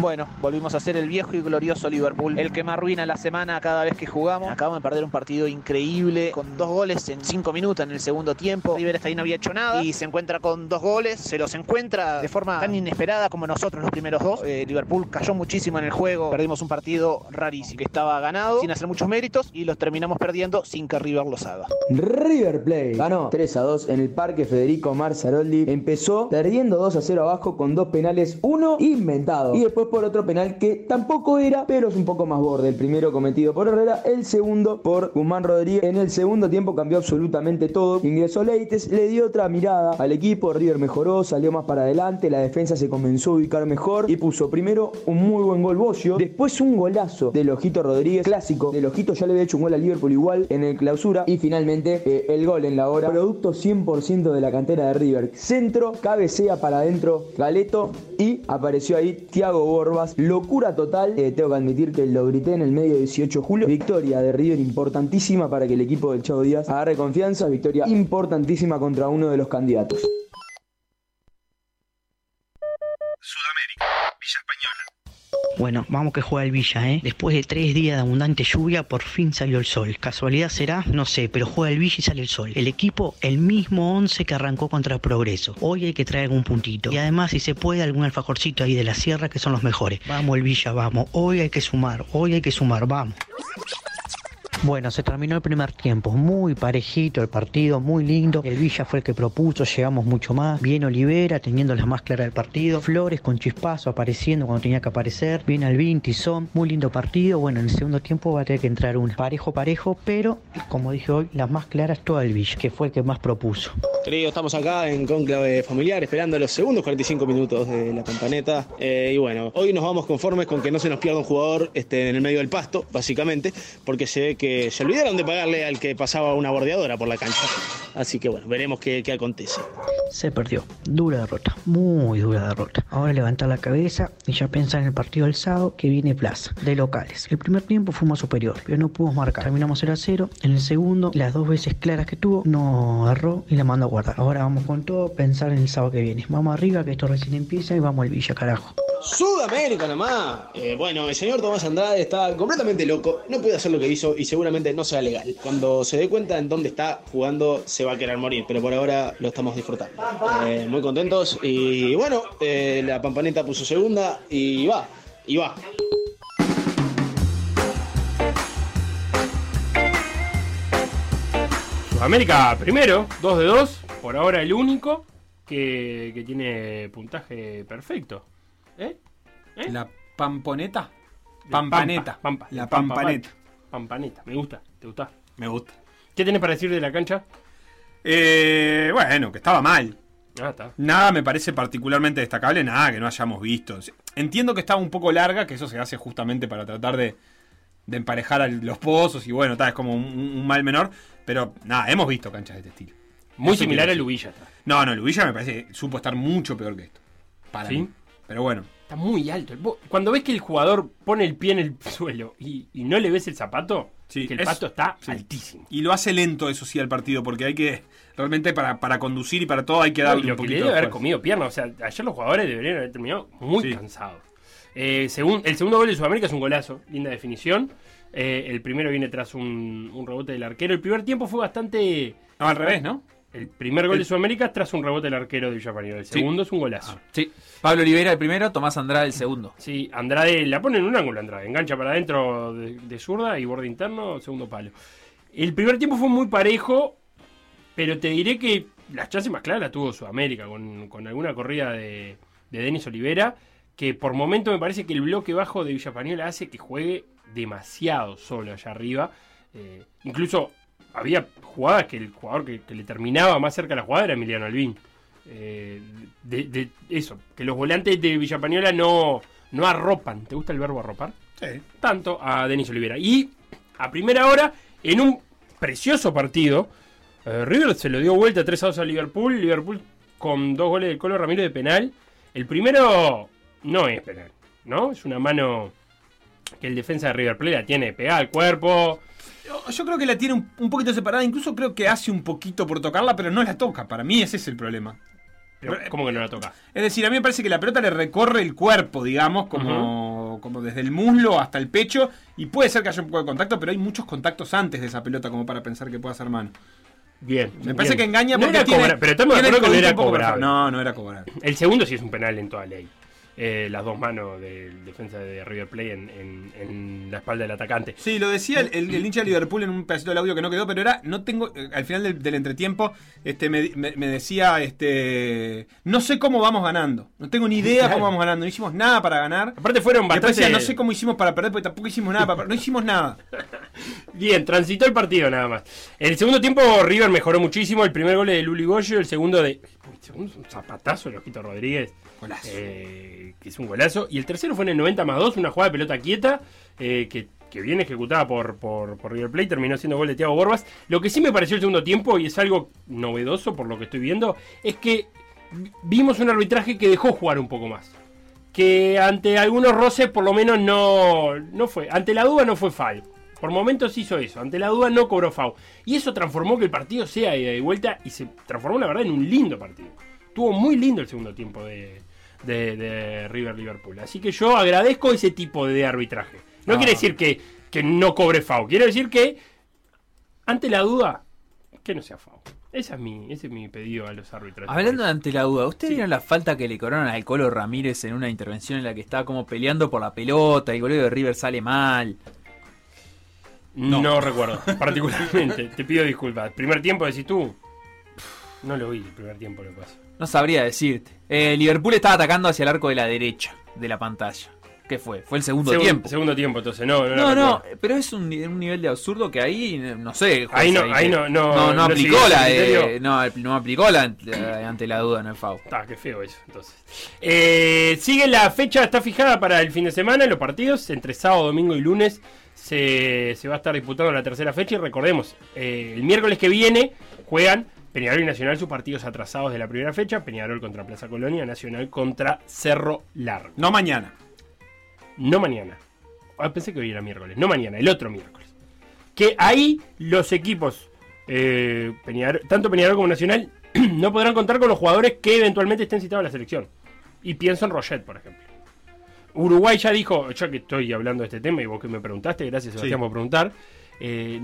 Bueno, volvimos a ser el viejo y glorioso Liverpool, el que más arruina la semana cada vez que jugamos. Acabamos de perder un partido increíble con dos goles en cinco minutos en el segundo tiempo. River hasta ahí no había hecho nada y se encuentra con dos goles, se los encuentra de forma tan inesperada como nosotros los primeros dos. Eh, Liverpool cayó muchísimo en el juego, perdimos un partido rarísimo que estaba ganado sin hacer muchos méritos y los terminamos perdiendo sin que River los haga.
River Plate ganó 3 a 2 en el Parque Federico Marzaroldi. Empezó perdiendo 2 a 0 abajo con dos penales, uno inventado y después por otro penal que tampoco era, pero es un poco más borde. El primero cometido por Herrera, el segundo por Guzmán Rodríguez. En el segundo tiempo cambió absolutamente todo. Ingresó Leites, le dio otra mirada al equipo. River mejoró, salió más para adelante, la defensa se comenzó a ubicar mejor y puso primero un muy buen gol Bocio, después un golazo del Ojito Rodríguez, clásico del Ojito, ya le había hecho un gol al Liverpool igual en el clausura y finalmente eh, el gol en la hora, producto 100% de la cantera de River, centro, cabecea para adentro Galeto y apareció ahí Thiago Borbas, locura total, Eh, tengo que admitir que lo grité en el medio 18 de julio, victoria de River importantísima para que el equipo del Chavo Díaz agarre confianza, victoria importantísima contra uno de los candidatos.
Bueno, vamos que juega el Villa, ¿eh? Después de tres días de abundante lluvia, por fin salió el sol. ¿Casualidad será? No sé, pero juega el Villa y sale el sol. El equipo, el mismo 11 que arrancó contra Progreso. Hoy hay que traer algún puntito. Y además, si se puede, algún alfajorcito ahí de la sierra que son los mejores. Vamos el Villa, vamos. Hoy hay que sumar, hoy hay que sumar, vamos. Bueno, se terminó el primer tiempo, muy parejito el partido, muy lindo. El Villa fue el que propuso, llegamos mucho más. Bien Olivera teniendo la más clara del partido. Flores con chispazo apareciendo cuando tenía que aparecer. Bien Albín, Tizón, muy lindo partido. Bueno, en el segundo tiempo va a tener que entrar una. Parejo, parejo, pero como dije hoy, las más claras toda el Villa, que fue el que más propuso.
Querido, estamos acá en Conclave Familiar esperando los segundos 45 minutos de la campaneta. Eh, y bueno, hoy nos vamos conformes con que no se nos pierda un jugador este, en el medio del pasto, básicamente, porque se ve que se olvidaron de pagarle al que pasaba una bordeadora por la cancha. Así que bueno, veremos qué, qué acontece.
Se perdió. Dura derrota, muy dura derrota. Ahora levantar la cabeza y ya pensar en el partido del sábado que viene Plaza, de locales. El primer tiempo fuimos superior, pero no pudimos marcar. Terminamos 0 a 0. En el segundo, las dos veces claras que tuvo, no erró y la mandó a guardar. Ahora vamos con todo, pensar en el sábado que viene. Vamos arriba, que esto recién empieza y vamos al Villa, carajo.
Sudamérica nomás. Eh, bueno, el señor Tomás Andrade está completamente loco, no puede hacer lo que hizo y seguramente no sea legal. Cuando se dé cuenta en dónde está jugando, se va a querer morir, pero por ahora lo estamos disfrutando. Eh, muy contentos y bueno, eh, la pampaneta puso segunda y va, y va.
Sudamérica primero, 2 de 2, por ahora el único que, que tiene puntaje perfecto. ¿Eh? ¿Eh?
La pamponeta.
De
Pampaneta.
Pampa,
La
Pampa-
pampaneta.
Pampaneta, me gusta, ¿te gusta?
Me gusta.
¿Qué tenés para decir de la cancha?
Eh, bueno, que estaba mal.
Ah, está.
Nada me parece particularmente destacable, nada que no hayamos visto. Entiendo que estaba un poco larga, que eso se hace justamente para tratar de, de emparejar a los pozos y bueno, tal, es como un, un mal menor. Pero nada, hemos visto canchas de este estilo.
Muy
Eso
similar
quiero
a
decir.
Lubilla. Está.
No, no, Lubilla me parece que supo estar mucho peor que esto. Para
¿Sí?
mí. Pero bueno,
Está muy alto. el bo- Cuando ves que el jugador pone el pie en el suelo y, y no le ves el zapato,
Sí,
que el
es-
pasto está
sí.
altísimo.
y lo hace lento eso sí al partido, porque hay que, realmente para, para conducir y para todo hay que darle
No, y lo
un
que
poquito
le
de
debe haber
fuerza.
comido pierna. O sea, ayer los jugadores deberían haber terminado muy
Sí.
cansados. Eh, segun- el segundo gol de Sudamérica es un golazo, linda definición. Eh, el primero viene tras un, un rebote del arquero. El primer tiempo fue bastante.
No, al revés, ¿no?
El primer gol de Sudamérica es tras un rebote del arquero de Villafañol. El
Sí. Ah,
segundo es un golazo.
Sí. Pablo Olivera el primero, Tomás Andrade el segundo.
Sí, Andrade la pone en un ángulo, Andrade. Engancha para adentro de, de zurda y borde interno, segundo palo. El primer tiempo fue muy parejo, pero te diré que las chances más claras las tuvo Sudamérica, con, con alguna corrida de, de Denis Olivera, que por momento me parece que el bloque bajo de Villapañola hace que juegue demasiado solo allá arriba. Eh, incluso había jugadas que el jugador que, que le terminaba más cerca a la jugada era Emiliano Albín. Eh, de, de eso, que los volantes de Villapañola no, no arropan. ¿Te gusta el verbo arropar?
Sí.
Tanto a Denis Olivera. Y a primera hora, en un precioso partido, eh, River se lo dio vuelta 3 a 2 a Liverpool. Liverpool con dos goles del Colo Ramiro de penal. El primero no es penal, ¿no? Es una mano que el defensa de River Plate la tiene pegada al cuerpo.
Yo- Yo creo que la tiene un, un poquito separada, incluso creo que hace un poquito por tocarla, pero no la toca. Para mí ese es el problema.
Pero, ¿Cómo que no la toca?
Es decir, a mí me parece que la pelota le recorre el cuerpo, digamos, como, como desde el muslo hasta el pecho, y puede ser que haya un poco de contacto, pero hay muchos contactos antes de esa pelota como para pensar que pueda ser mano.
Bien.
Me parece
bien.
que engaña
No
porque
era
tiene-
cobra- pero estamos de
tiene el
acuerdo que no
codito
era
un poco
cobrable.
perfecto. No, no era cobrable.
El segundo sí es un penal en toda ley. Eh, las dos manos del defensa de River Plate en, en- en la espalda del atacante.
Sí, lo decía el, el- el hincha de Liverpool en un pedacito del audio que no quedó, pero era, no tengo, eh, al final del, del entretiempo, este, me, me- me decía, este, no sé cómo vamos ganando, no tengo ni idea
Claro.
cómo vamos ganando, no hicimos nada para ganar.
Aparte fueron
Después
bastante...
decía, no sé cómo hicimos para perder, porque tampoco hicimos nada, para, no hicimos nada.
Bien, transitó el partido nada más. El segundo tiempo River mejoró muchísimo. El primer gol de Luli Goyo, el segundo de... Uy, el segundo es un zapatazo de Ojito Rodríguez.
Golazo.
eh, que es un golazo. Y el tercero fue en el 90 más 2, una jugada de pelota quieta eh, que, que bien ejecutada por, por, por River Plate, terminó siendo gol de Thiago Borbas. Lo que sí me pareció el segundo tiempo, y es algo novedoso por lo que estoy viendo, es que vi- vimos un arbitraje que dejó jugar un poco más. Que ante algunos roces por lo menos no, no fue. Ante la duda no fue foul. Por momentos hizo eso. Ante la duda no cobró foul. Y eso transformó que el partido sea de ida y vuelta y se transformó la verdad en un lindo partido. Tuvo muy lindo el segundo tiempo de, de, de River Liverpool. Así que yo agradezco ese tipo de arbitraje. No
Ah.
quiere decir que, que no cobre FAO, quiere decir que ante la duda, que no sea FAO. Ese es mi, ese es mi pedido a los árbitros.
Hablando de ante la duda, ¿ustedes vieron la falta que le cobraron al Colo Ramírez en una intervención en la que estaba como peleando por la pelota, el goleo de River sale mal?
no. recuerdo, particularmente. Te pido disculpas. Primer tiempo decís tú. No lo vi el primer tiempo lo que pasa.
No sabría decirte. Eh, Liverpool estaba atacando hacia el arco de la derecha de la pantalla. ¿Qué fue? Fue el segundo
Segun-
tiempo.
Segundo tiempo, entonces, no,
No,
no. lo
no,
recuerdo.
pero es un, ni- un nivel de absurdo que ahí, no sé.
Ahí no-
José,
ahí
que-
no- no-
no,
no
aplicó
siguió
la
ese
de-
criterio.
no, no aplicó la eh, ante la duda, no es FAO.
Está, qué feo eso, entonces. Eh, sigue la fecha, está fijada para el fin de semana en los partidos. Entre sábado, domingo y lunes se, se va a estar disputando la tercera fecha. Y recordemos, eh, el miércoles que viene juegan Peñarol y Nacional sus partidos atrasados de la primera fecha. Peñarol contra Plaza Colonia, Nacional contra Cerro Largo.
No mañana.
No mañana. Ah, pensé que hoy era miércoles. No mañana, el otro miércoles. Que ahí los equipos, eh, Peñarol- tanto Peñarol como Nacional, no podrán contar con los jugadores que eventualmente estén citados a la selección. Y pienso en Roget, por ejemplo. Uruguay ya dijo, ya que estoy hablando de este tema y vos que me preguntaste, gracias Sebastián por preguntar. eh,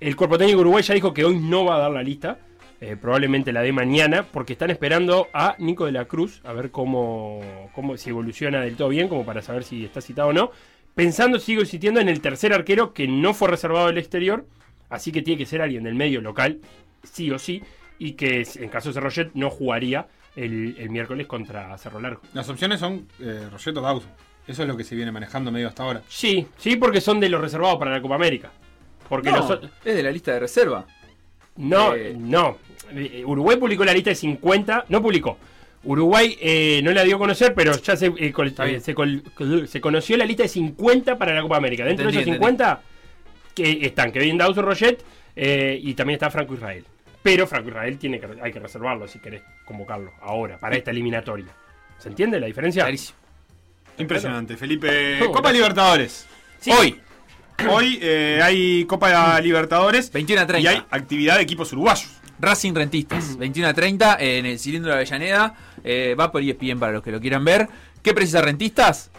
el cuerpo técnico Uruguay ya dijo que hoy no va a dar la lista, eh, probablemente la de mañana, porque están esperando a Nico de la Cruz a ver cómo, cómo si evoluciona del todo bien, como para saber si está citado o no. Pensando, sigo insistiendo en el tercer arquero que no fue reservado del exterior, así que tiene que ser alguien del medio local, sí o sí, y que en caso de Cerrojet no jugaría el, el miércoles contra Cerro Largo.
Las opciones son eh, Rogeto Dauso. Eso es lo que se viene manejando medio hasta ahora.
Sí, sí, porque son de los reservados para la Copa América. Porque
No,
los o-
es de la lista de reserva.
no,
Eh.
no. Eh, Uruguay publicó la lista de 50, no publicó. Uruguay eh, no la dio a conocer, pero ya se, eh, col- eh,
bien.
se, col- col- se conoció la lista de 50 para la Copa América. Dentro de esos
Entendí,
50 que están Kevin Dawson, Roget eh, y también está Franco Israel. Pero Franco Israel tiene que, hay que reservarlo si querés convocarlo ahora, para esta eliminatoria. ¿Se entiende la diferencia?
Clarísimo.
Impresionante, Felipe.
Oh,
Copa
gracias.
Libertadores.
Sí.
Hoy. Hoy eh, hay Copa Libertadores
21 a 30.
y hay actividad de equipos uruguayos. Mm.
Racing Rentistas, 21 a 30 en E el cilindro de Avellaneda. Eh, va por ESPN para los que lo quieran ver. ¿Qué precisa Rentistas?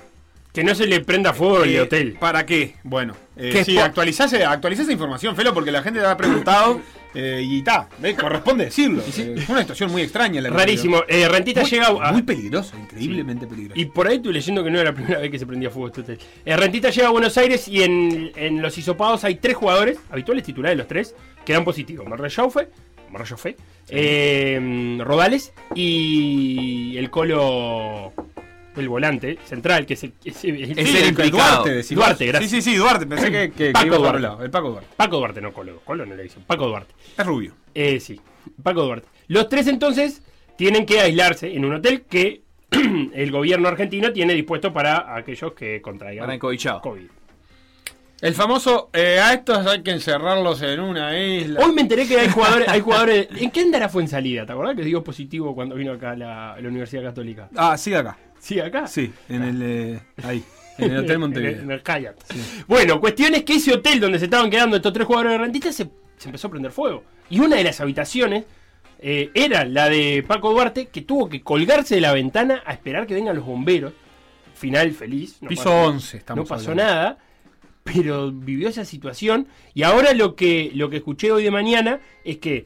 Que no se le prenda fuego el hotel.
Eh, ¿Para qué? Bueno, eh,
Que
sí,
po-
actualizase, actualiza esa información, Felo, porque la gente te ha preguntado eh, y está, ¿ves? corresponde decirlo. Eh, fue una situación muy extraña. La que
Rarísimo.
ocurrió.
Eh, Rentista
Muy-
llega a-
Muy peligroso, increíblemente peligroso.
Y por ahí estoy leyendo que no era la primera vez que se prendía fuego este hotel. Eh, Rentista llega a Buenos Aires y en, en los hisopados hay tres jugadores, habituales titulares los tres, que dan positivos. Marrayaufe, Marrayaufe, eh, Rodales y el colo el volante central, que es el, que es el-
Sí,
el
que- Duarte, decimos.
Duarte, gracias.
Sí, sí, sí, Duarte, pensé que, que- que
Paco
iba por
Duarte.
otro lado. El Paco Duarte.
Paco Duarte, no Colo. Colo no le dicen. Paco Duarte.
Es rubio.
Eh, sí. Paco Duarte. Los tres entonces tienen que aislarse en un hotel que el gobierno argentino tiene dispuesto para aquellos que contraigan
Para encobichado.
COVID.
El famoso, eh, a estos hay que encerrarlos en una isla.
Hoy me enteré que hay jugadores, hay jugadores. ¿En qué andará fue en salida? ¿Te acordás que dio positivo cuando vino acá la, la Universidad Católica?
Ah, sigue acá.
Sí, acá. Ah.
Sí, en el. eh, ahí, en el Hotel
En el,
Montevideo.
en el kayak. Bueno, cuestión es que ese hotel donde se estaban quedando estos tres jugadores de rentistas se, se empezó a prender fuego. Y una de las habitaciones eh, era la de Paco Duarte, que tuvo que colgarse de la ventana a esperar que vengan los bomberos. Final feliz. no
Piso
pasó-
11, estamos
No pasó
hablando.
nada, pero vivió esa situación. Y ahora lo que, lo que escuché hoy de mañana es que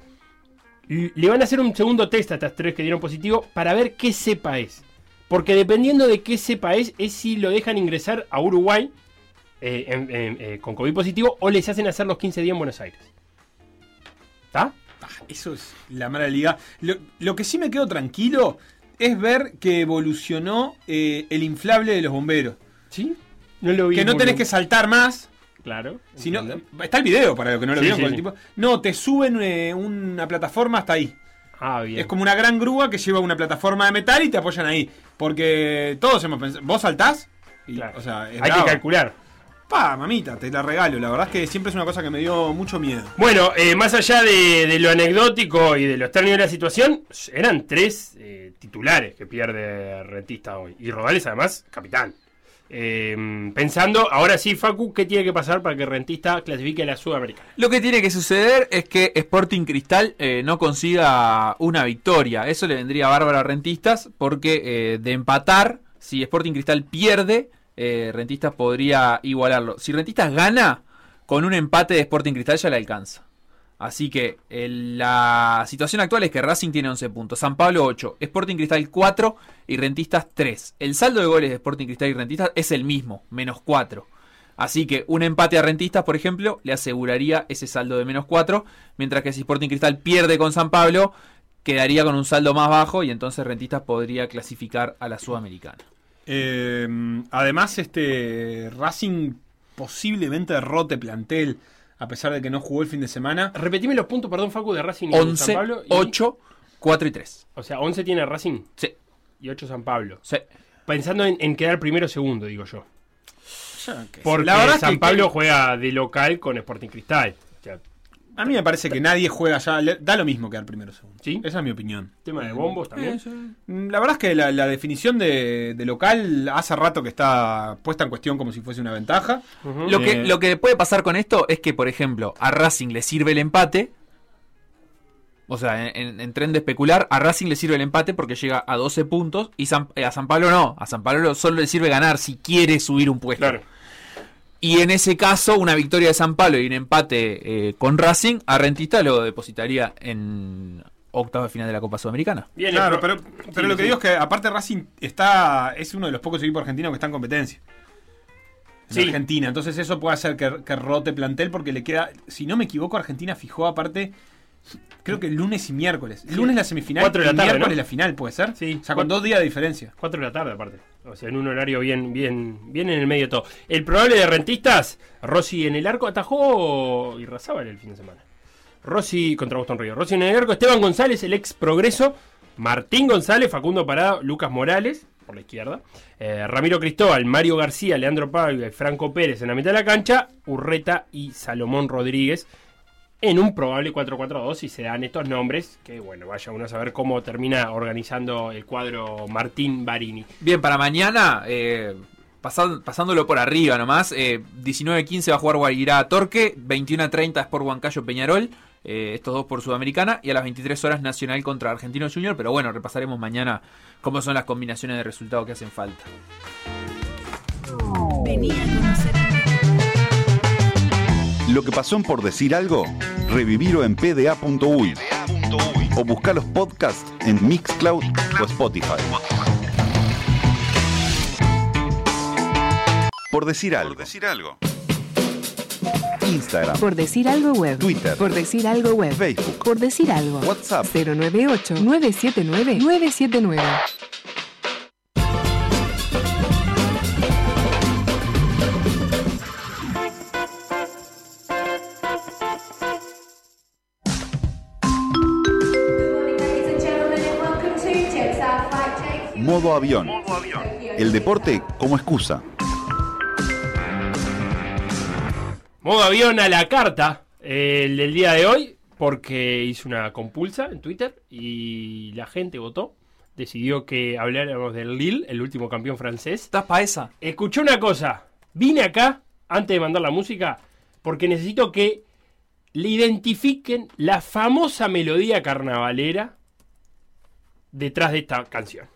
l- le van a hacer un segundo test a estas tres que dieron positivo para ver qué cepa es. Porque dependiendo de qué cepa es, es si lo dejan ingresar a Uruguay eh, en- en- eh, con COVID positivo o les hacen hacer los 15 días en Buenos Aires. ¿Está?
Eso es la mala liga. Lo, lo que sí me quedo tranquilo es ver que evolucionó eh, el inflable de los bomberos.
¿Sí? No lo vi.
Que no
muy
tenés
bien.
que saltar más.
Claro.
Sino,
entiendo.
está el video para los que no lo
Sí,
vieron
sí,
con el
sí.
tipo. No, te suben eh, una plataforma hasta ahí.
Ah, bien.
Es como una gran grúa que lleva una plataforma de metal y te apoyan ahí. Porque todos hemos pensado. Vos saltás. Y,
Claro.
O sea, es
Hay
bravo.
que calcular.
Pa, mamita, te la regalo. La verdad es que siempre es una cosa que me dio mucho miedo.
Bueno, eh, más allá de, de lo anecdótico y de lo extraño de la situación, eran tres eh, titulares que pierde Rentista hoy. Y Rodales, además, capitán. Eh, pensando, ahora sí, Facu, ¿qué tiene que pasar para que Rentista clasifique a la Sudamericana?
Lo que tiene que suceder es que Sporting Cristal eh, no consiga una victoria. Eso le vendría bárbaro a Rentistas porque eh, de empatar, si Sporting Cristal pierde, eh, Rentistas podría igualarlo. Si Rentistas gana, con un empate de Sporting Cristal ya le alcanza. Así que el- la situación actual es que Racing tiene 11 puntos, San Pablo 8, Sporting Cristal 4 y Rentistas 3. El saldo de goles de Sporting Cristal y Rentistas es el mismo, menos 4. Así que un empate a Rentistas, por ejemplo, le aseguraría ese saldo de menos 4, mientras que si Sporting Cristal pierde con San Pablo, quedaría con un saldo más bajo y entonces Rentistas podría clasificar a la Sudamericana.
Eh, además, este Racing posiblemente derrote plantel, a pesar de que no jugó el fin de semana.
Repetime los puntos, perdón, Facu, de Racing y San
11,
Pablo. y-
8, 4 y 3.
O sea, 11 tiene Racing
Sí,
y 8 San Pablo.
sí.
Pensando en, en quedar primero o segundo, digo yo.
Por
Porque San Pablo juega de local con Sporting Cristal. O sea,
A mí me parece que nadie juega ya. le- Da lo mismo quedar primero o segundo.
Sí.
Esa es mi opinión.
tema
Eh,
de bombos también.
Mm, La verdad es que la, la definición de, de local hace rato que está puesta en cuestión como si fuese una ventaja.
Ujú.
Lo que,
Eh.
lo que puede pasar con esto es que, por ejemplo, a Racing le sirve el empate. O sea, en, en- en tren de especular, a Racing le sirve el empate porque llega a 12 puntos y San- eh, a San Pablo no. A San Pablo solo le sirve ganar si quiere subir un puesto.
Claro.
Y en ese caso, una victoria de San Pablo y un empate eh, con Racing, a Rentista lo depositaría en octava de final de la Copa Sudamericana.
Bien,
Claro,
el
pero,
pro-
pero
sí,
lo que
sí.
digo es que aparte Racing está es uno de los pocos equipos argentinos que está en competencia. En
Sí.
Argentina, entonces eso puede hacer que, que rote plantel porque le queda, si no me equivoco, Argentina fijó aparte, creo que lunes y miércoles. Lunes la semifinal
Cuatro de la
y
tarde,
miércoles
¿no?
la final, ¿puede ser?
Sí.
O sea, con dos días de diferencia.
4 de la tarde, aparte. O sea, en un horario bien, bien, bien en el medio de todo. El probable de rentistas, Rossi en el arco atajó y razaba el fin de semana. Rossi contra Boston Río. Rossi en el arco, Esteban González, el ex progreso. Martín González, Facundo Parada, Lucas Morales, por la izquierda. eh, Ramiro Cristóbal, Mario García, Leandro Pablo y Franco Pérez en la mitad de la cancha. Urreta y Salomón Rodríguez en un probable 4-4-2 si se dan estos nombres, que bueno, vaya uno a saber cómo termina organizando el cuadro Martín Barini.
Bien, para mañana, eh, pasan- pasándolo por arriba nomás, eh, 19-15 va a jugar Guairá a Torque, 21-30 es por Huancayo Peñarol, eh, estos dos por Sudamericana, y a las 23 horas Nacional contra Argentino Junior, pero bueno, repasaremos mañana cómo son las combinaciones de resultados que hacen falta.
Lo que pasó en Por Decir Algo, revivirlo en pda.uy o buscar los podcasts en Mixcloud o Spotify. Por Decir Algo. Instagram,
Por decir algo web.
Twitter.
Por decir algo web.
Facebook.
Por decir algo.
WhatsApp.
098-979-979.
Modo avión. El deporte como excusa.
Modo avión a la carta, eh, el del día de hoy, porque hice una compulsa en Twitter y la gente votó. Decidió que habláramos del Lille, el último campeón francés.
¿Estás pa' esa?
Escuché una cosa. Vine acá, antes de mandar la música, porque necesito que le identifiquen la famosa melodía carnavalera detrás de esta canción.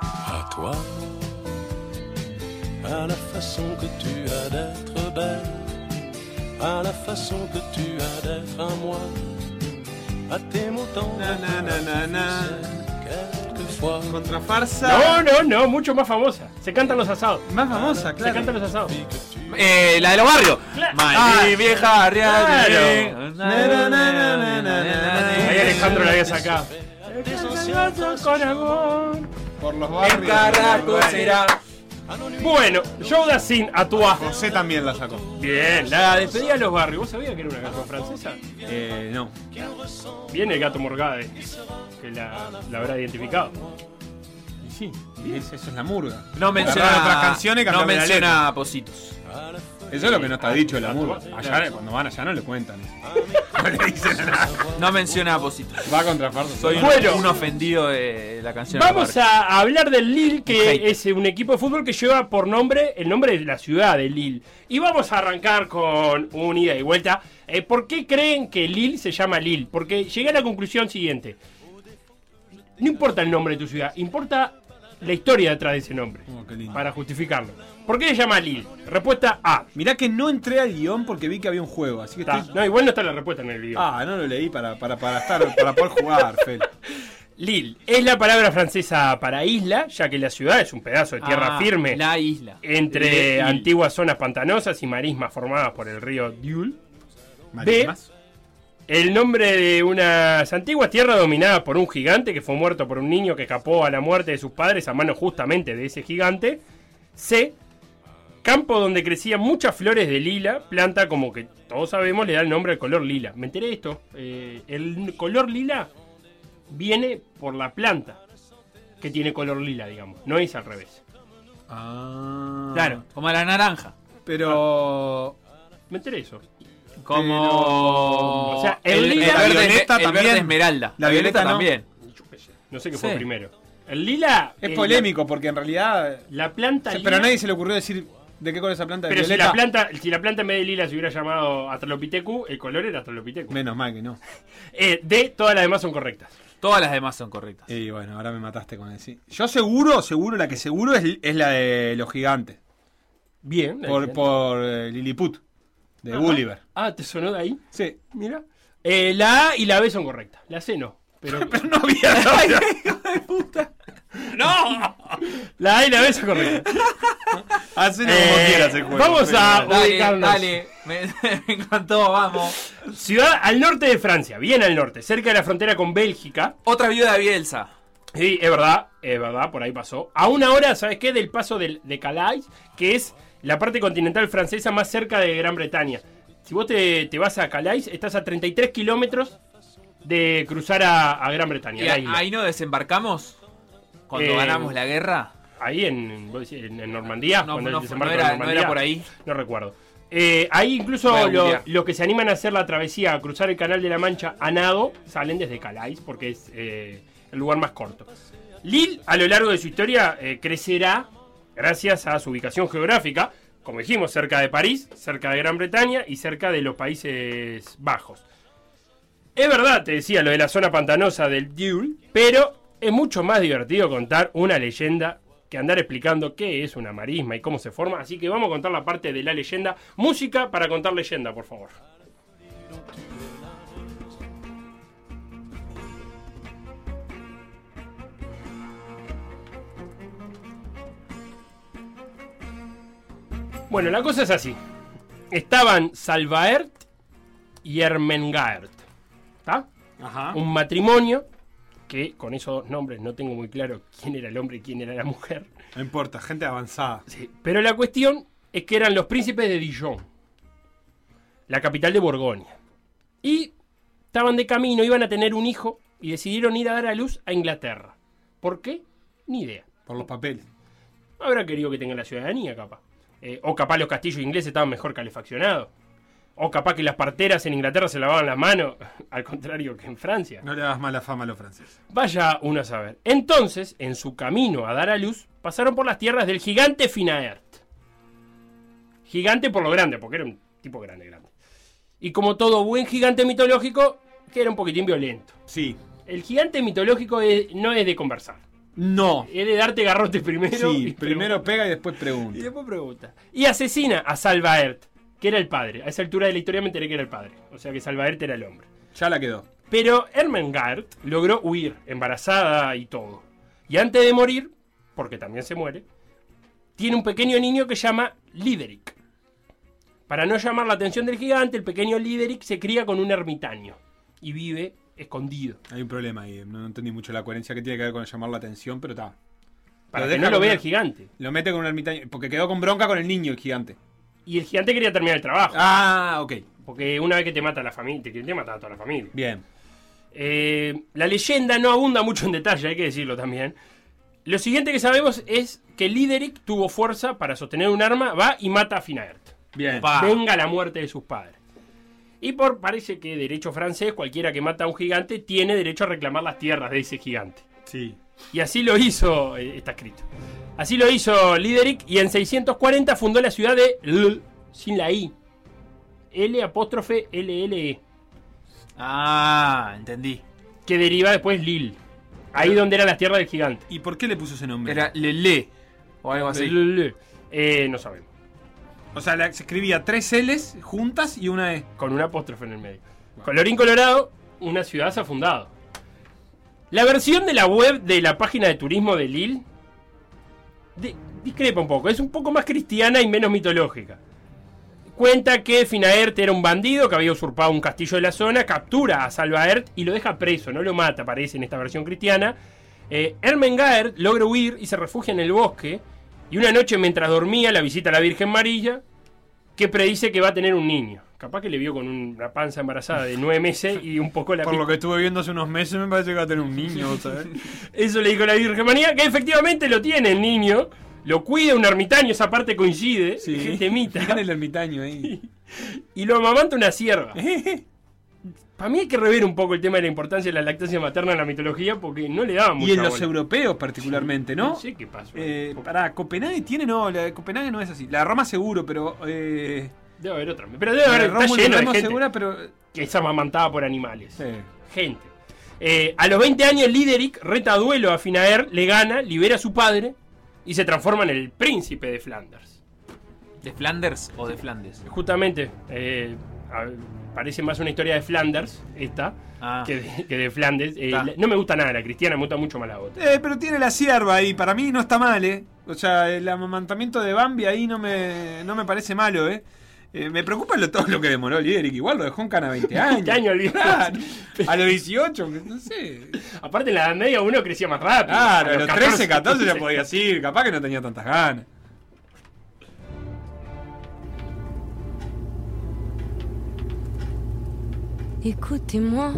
à toi, à la façon que tu as d'être belle, à la façon que tu as d'être à moi, à tes mots tendres, quelquefois.
Contra farsa.
No, no, no, mucho más famosa. Se cantan los asados.
Más famosa,
Se cantan
claro.
los asados.
Eh, la de los barrios.
Claro.
Ah, mi vieja arriba.
Claro.
Na, na, na, na, na, na,
Ahí
na.
Alejandro la había sacado.
Por los
El
barrios.
carrasco será.
Bueno, Joe Dassin, a tu ajo.
José también la sacó.
Bien, la despedida de los barrios. ¿Vos sabías que era una canción francesa?
Eh, no.
Viene el gato Morgade, que la, la habrá identificado. Y sí.
Y es- Eso es la murga.
No menciona
Agarrar otras canciones y
No
cambiarle la
menciona a Positos.
Eso es lo que no está dicho de la
Ah,
murga.
claro.
Allá, cuando van allá no le cuentan. eso. No le dicen nada.
No menciona a Positos.
Va contra farsa.
Soy un,
Bueno.
un ofendido de la canción. de los
Vamos
barrios.
a hablar del Lille,
Un
que
hate.
es un equipo de fútbol que lleva por nombre el nombre de la ciudad de Lille. Y vamos a arrancar con un ida y vuelta. Eh, ¿Por qué creen que Lille se llama Lille? Porque llegué a la conclusión siguiente. No importa el nombre de tu ciudad, importa la historia detrás de ese nombre.
Oh, qué lindo.
Para justificarlo. ¿Por qué se llama Lille? Respuesta A.
Mirá que no entré al guión porque vi que había un juego, así que
Está.
estoy-
No, igual no está la respuesta en el video.
Ah, no lo leí para, para, para estar, para poder jugar, Fel.
Lille es la palabra francesa para isla, ya que la ciudad es un pedazo de tierra
Ah,
firme
La isla.
entre
Lille.
antiguas zonas pantanosas y marismas formadas por el río Diul.
Marismas.
El nombre de unas antiguas tierras dominadas por un gigante que fue muerto por un niño que escapó a la muerte de sus padres a mano justamente de ese gigante. C. Campo donde crecían muchas flores de lila, planta como que todos sabemos le da el nombre al color lila. Me enteré de esto. eh, el color lila viene por la planta que tiene color lila, digamos. No es al revés.
Ah.
Claro, como la naranja.
Pero.
Ah. Me enteré de eso.
Como.
O sea, el lila-
La
verde,
violeta
el verde
también.
esmeralda.
La violeta no.
también.
No sé qué fue
Sí.
primero. El lila. eh,
Es
la-
polémico porque en realidad.
La, planta.
se-
lila-
Pero a nadie se le ocurrió decir de qué color es la planta de
Pero si
violeta.
la, planta, si la planta en vez de lila se hubiera llamado Atralopitecu, el color era Atralopitecu.
Menos mal que no.
Eh, de todas las demás son correctas.
Todas las demás son correctas.
Y bueno, ahora me mataste con el sí. Yo seguro, seguro, la que seguro es, es la de los gigantes.
Bien.
Por, por eh, Lilliput. De Gulliver.
Ah, ¿te sonó de ahí?
Sí.
Mira. Eh, la A y la B son correctas. La C no. Pero
No había
la A y la B son correctas.
Hacelo
Eh,
como quieras el juego.
vamos a-
Dale,
Ubicarnos.
dale. Me, me encantó, vamos.
Ciudad al norte de Francia, bien al norte, cerca de la frontera con Bélgica.
Otra viuda de Bielsa.
Sí, es verdad, es verdad, por ahí pasó. A una hora, ¿sabes qué? Del paso del- de Calais, que es la parte continental francesa más cerca de Gran Bretaña. Si vos te, te vas a Calais, estás a 33 kilómetros de cruzar a, a Gran Bretaña.
Y
la
a-
isla.
ahí no desembarcamos cuando
Eh,
ganamos la guerra.
Ahí en, vos decís, en- en Normandía,
No,
cuando
no,
el desembarco
no era-
de Normandía.
no era por ahí.
No recuerdo. Eh, ahí
Voy a
incluso lo-
googlear.
los que se animan a hacer la travesía, a cruzar el Canal de la Mancha a nado, salen desde Calais, porque es eh, el lugar más corto. Lille, a lo largo de su historia, eh, crecerá gracias a su ubicación geográfica, como dijimos, cerca de París, cerca de Gran Bretaña y cerca de los Países Bajos. Es verdad, te decía, lo de la zona pantanosa del Duel, pero es mucho más divertido contar una leyenda que andar explicando qué es una marisma y cómo se forma. Así que vamos a contar la parte de la leyenda. Música para contar leyenda, por favor. Bueno, la cosa es así. Estaban Salvaert y Ermengaert. ¿Está?
Ajá.
Un matrimonio que con esos dos nombres no tengo muy claro quién era el hombre y quién era la mujer.
No importa, gente avanzada.
Pero la cuestión es que eran los príncipes de Dijon, la capital de Borgoña. Y estaban de camino, iban a tener un hijo y decidieron ir a dar a luz a Inglaterra. ¿Por qué? Ni idea.
Por los papeles.
Habrá querido que tengan la ciudadanía, capaz. Eh, o capaz los castillos ingleses estaban mejor calefaccionados. O capaz que las parteras en Inglaterra se lavaban las manos, al contrario que en Francia.
No le das mala fama a los franceses.
Vaya uno a saber. Entonces, en su camino a dar a luz, pasaron por las tierras del gigante Finaert. Gigante por lo grande, porque era un tipo grande, grande. Y como todo buen gigante mitológico, que era un poquitín violento.
Sí.
El gigante mitológico es- no es de conversar.
No.
Es de darte garrotes primero.
Sí,
y
primero pega y después
Y
pregunta.
después pregunta. Y asesina a Salvaert, que era el padre. A esa altura de la historia me enteré que era el padre. O sea que Salvaert era el hombre.
Ya la quedó.
Pero Ermengarde logró huir, embarazada y todo. Y antes de morir, porque también se muere, tiene un pequeño niño que llama Lideric. Para no llamar la atención del gigante, el pequeño Lideric se cría con un ermitaño y vive escondido.
Hay un problema ahí. No no entendí mucho la coherencia que tiene que ver con llamar la atención, pero está.
Para
Lo
que
deja
no lo
con
vea
una-
el gigante.
Lo mete con un ermitaño. Porque quedó con bronca con el niño, el gigante.
Y el gigante quería terminar el trabajo.
Ah, ok.
Porque una vez que te mata la familia, te, te mata a toda la familia.
Bien.
Eh, la leyenda no abunda mucho en detalle, hay que decirlo también. Lo siguiente que sabemos es que Lideric tuvo fuerza para sostener un arma, va y mata a Finaert.
Bien.
Venga la muerte de sus padres. Y por parece que derecho francés, cualquiera que mata a un gigante tiene derecho a reclamar las tierras de ese gigante.
Sí.
Y así lo hizo, eh, está escrito. Así lo hizo Lideric y en 640 fundó la ciudad de L, sin la I. L apóstrofe LLE
Ah, entendí.
que deriva después Lille. Ahí donde eran las tierras del gigante.
¿Y por qué le puso ese nombre?
Era Lele o algo así.
Lille. Eh, no sabemos.
O sea, la- se escribía tres L's juntas y una E.
Con un apóstrofe en el medio. Colorín Colorado, una ciudad se ha fundado. La versión de la web de la página de turismo de Lille di- discrepa un poco. Es un poco más cristiana y menos mitológica. Cuenta que Finaert era un bandido que había usurpado un castillo de la zona, captura a Salvaert y lo deja preso, no lo mata, parece en esta versión cristiana. Eh, Ermengarde logra huir y se refugia en el bosque. Y una noche mientras dormía la visita a la Virgen María, que predice que va a tener un niño. Capaz que le vio con un- una panza embarazada de nueve meses y un poco la...
Por lo que estuve viendo hace unos meses, me parece que va a tener un niño, ¿sabes?
Eso le dijo la Virgen María, que efectivamente lo tiene el niño. Lo cuida un ermitaño, esa parte coincide.
Sí.
que temita.
Fíjate el ermitaño ahí. Eh.
Y lo amamanta una sierva. Para mí hay que rever un poco el tema de la importancia de la lactancia materna en la mitología porque no le daban mucha
Y en los
bola.
europeos particularmente, ¿no?
No sé qué pasó.
Eh, pará, Copenhague tiene, no, la de Copenhague no es así. La de Roma seguro, pero. Eh,
Debe haber otra. Pero debe haber,
la de
está
Roma,
lleno de
Roma
gente
segura, pero. eh,
que es amamantada por animales.
sí.
gente. Eh, a los 20 años, Lideric reta a duelo a Finaer, le gana, libera a su padre y se transforma en el príncipe de Flanders.
¿De Flanders o de Flandes?
Justamente, eh, a- parece más una historia de Flanders esta
Ah.
que, de, que de Flandes. Eh,
Ta.
la- no me gusta nada la cristiana, me gusta mucho más la otra.
Eh, pero tiene la sierva ahí, para mí no está mal, ¿eh? O sea, el amamantamiento de Bambi ahí no me, no me parece malo, ¿eh? Eh, me preocupa lo, todo lo que demoró Lideric, igual lo dejó en cana a 20 años.
20 años, olvidate.
Claro, a los 18, no sé.
Aparte, en la Edad Media uno crecía más rápido.
Claro, a los
14,
13, 14 ya podías ir, capaz que no tenía tantas ganas.
Écoutez-moi,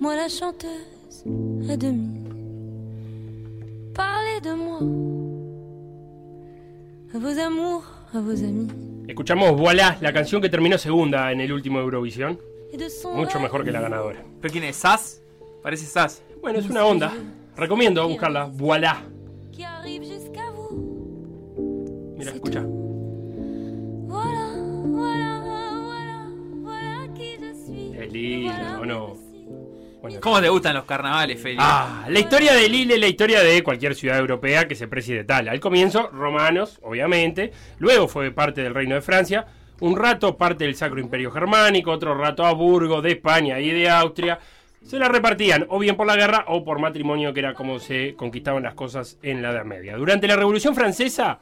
moi la chanteuse à demi. Parlez de moi, à vos amours, à vos amis.
Escuchamos Voilà, la canción que terminó segunda en el último Eurovisión.
Et de son
Mucho
rêve.
mejor que la ganadora.
¿Pero quién es? ¿Sas? Parece Sas.
Bueno, es una onda. Recomiendo buscarla. Voilà.
qui arrive jusqu'à vous.
Mira
Mira, escucha.
Voilà, voilà, voilà, voilà qui je suis.
Es lindo, ¿o no? Bueno.
¿Cómo te gustan los carnavales, Feli?
Ah, la historia de Lille es la historia de cualquier ciudad europea que se preside tal. Al comienzo, romanos, obviamente. Luego fue parte del Reino de Francia. Un rato parte del Sacro Imperio Germánico. Otro rato a Burgos, de España y de Austria. Se la repartían o bien por la guerra o por matrimonio, que era como se conquistaban las cosas en la Edad Media. Durante la Revolución Francesa,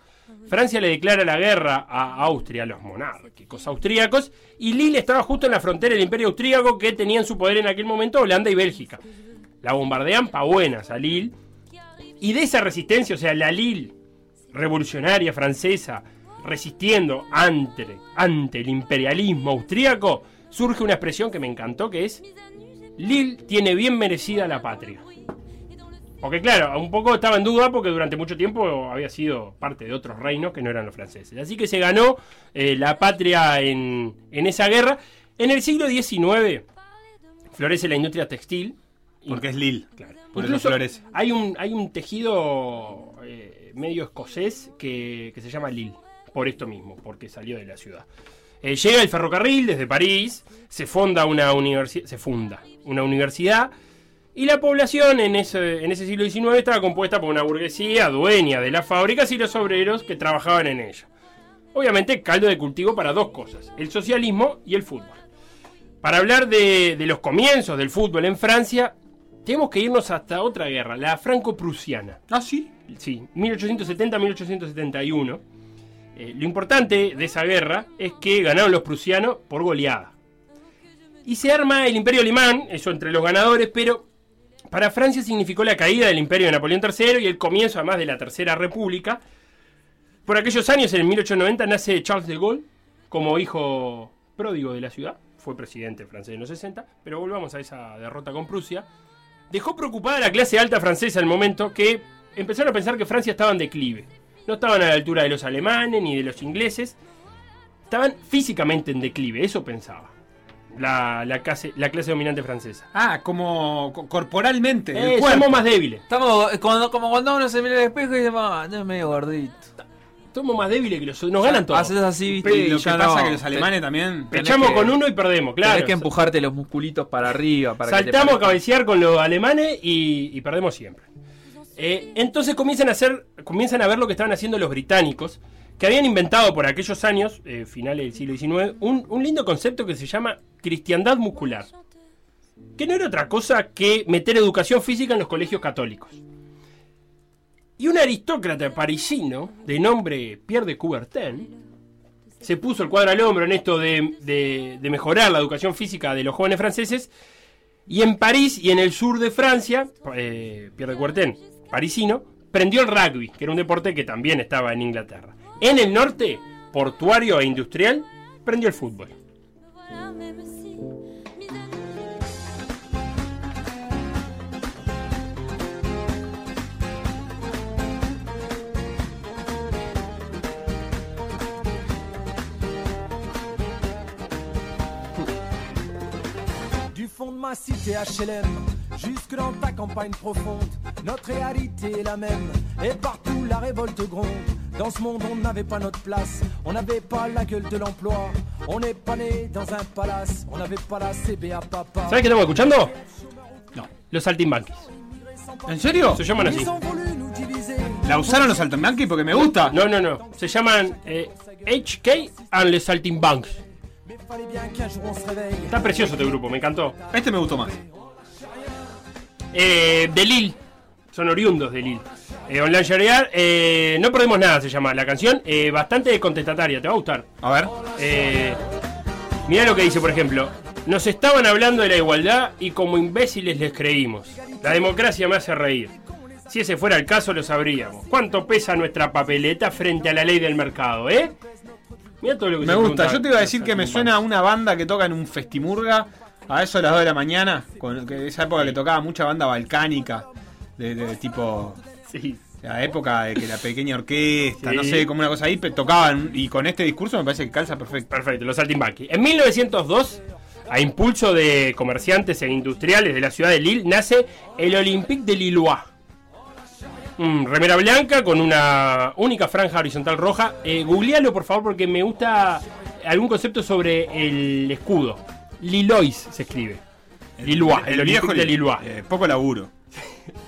Francia le declara la guerra a Austria, a los monárquicos austríacos, y Lille estaba justo en la frontera del Imperio Austríaco que tenían su poder en aquel momento Holanda y Bélgica. La bombardean pa' buenas a Lille, y de esa resistencia, o sea, la Lille revolucionaria francesa, resistiendo ante, ante el imperialismo austríaco, surge una expresión que me encantó que es Lille tiene bien merecida la patria. Porque claro, un poco estaba en duda porque durante mucho tiempo había sido parte de otros reinos que no eran los franceses. Así que se ganó eh, la patria en, en esa guerra. En el siglo XIX florece la industria textil.
Porque es Lille.
Claro.
Por eso
Incluso
florece.
Hay un, hay un tejido eh, medio escocés que, que se llama Lille. Por esto mismo, porque salió de la ciudad. Eh, llega el ferrocarril desde París, se fonda una universidad, se funda una universidad y la población en ese, en ese siglo XIX estaba compuesta por una burguesía dueña de las fábricas y los obreros que trabajaban en ella. Obviamente caldo de cultivo para dos cosas, el socialismo y el fútbol. Para hablar de, de los comienzos del fútbol en Francia, tenemos que irnos hasta otra guerra, la franco-prusiana.
Ah, sí.
Sí, 1870-1871. Eh, lo importante de esa guerra es que ganaron los prusianos por goleada. Y se arma el Imperio Alemán, eso entre los ganadores, pero para Francia significó la caída del Imperio de Napoleón III y el comienzo además de la Tercera República. Por aquellos años, en 1890, nace Charles de Gaulle como hijo pródigo de la ciudad. Fue presidente francés en los 60, pero volvamos a esa derrota con Prusia. Dejó preocupada a la clase alta francesa al momento que empezaron a pensar que Francia estaba en declive. No estaban a la altura de los alemanes ni de los ingleses. Estaban físicamente en declive, eso pensaba la, la clase, la clase dominante francesa.
Ah, como co- corporalmente. el
Eh,
cuerpo.
somos más débiles.
Estamos eh, cuando- como cuando uno se mira al espejo y dice, ah, no es medio gordito. Ah,
Somos más débiles que los Nos ganan todos.
Haces así, viste,
Pero
y
lo que
ya
pasa
no-
que los
te-
alemanes también.
tenés
Pechamos
que-
con uno y
Claro.
perdemos, claro.
Tenés que empujarte los musculitos para arriba. Para que te
Saltamos a
parezca.
cabecear con los alemanes y, y perdemos siempre. Eh, entonces comienzan a hacer, comienzan a ver lo que estaban haciendo los británicos, que habían inventado por aquellos años, eh, finales del siglo XIX, un, un lindo concepto que se llama cristiandad muscular. Que no era otra cosa que meter educación física en los colegios católicos. Y un aristócrata parisino, de nombre Pierre de Coubertin, se puso el cuadro al hombro en esto de, de- de mejorar la educación física de los jóvenes franceses. Y en París y en el sur de Francia, eh, Pierre de Coubertin, parisino, prendió el rugby, que era un deporte que también estaba en Inglaterra. En el norte, portuario e industrial, prendió el fútbol.
Voilà, même si mes amis.
Du fond de ma cité HLM jusque dans ta campagne profonde, notre réalité est la même et partout la révolte gronde. Dans ce monde, on n'avait pas notre place, on n'avait pas la gueule de l'emploi, on n'est pas né dans un palace, on n'avait pas la CBA papa.
¿Sabes qué estamos escuchando? No. Los saltimbanquis.
¿En serio?
Se llaman así.
Ils ont voulu nous diviser.
La usaron los saltimbanquis porque me gusta.
No, no, no. Se llaman eh, HK and Les Saltimbanks.
Fallait bien qu'un jour on se réveille.
Está precioso este grupo, me encantó.
Este me gustó más.
Eh, de Lille. Son oriundos de Lille. Eh, Online Sharear, eh, no perdemos nada, se llama la canción. Eh, bastante contestataria, te va a gustar.
A ver.
Eh, mirá lo que dice, por ejemplo. Nos estaban hablando de la igualdad y como imbéciles les creímos. La democracia me hace reír. Si ese fuera el caso, lo sabríamos. ¿Cuánto pesa nuestra papeleta frente a la ley del mercado, eh? Mirá todo lo que
Me
se
gusta.
pregunta.
Yo te iba a decir que me suena a una banda que toca en un festimurga a eso de las 2 de la mañana. Con, que esa época le tocaba mucha banda balcánica. De, de tipo.
Sí.
La época de que la pequeña orquesta,
Sí.
no sé, como una cosa ahí, pe- tocaban. Y con este discurso me parece que calza perfecto.
Perfecto, los saltimbanquis. En 1902, a impulso de comerciantes e industriales de la ciudad de Lille, nace el Olympique de Lillois. Mm, remera blanca con una única franja horizontal roja. Eh, googlealo, por favor, porque me gusta algún concepto sobre el escudo. Lilois se escribe. Lilois, el, viejo de Lilois.
Eh, poco laburo.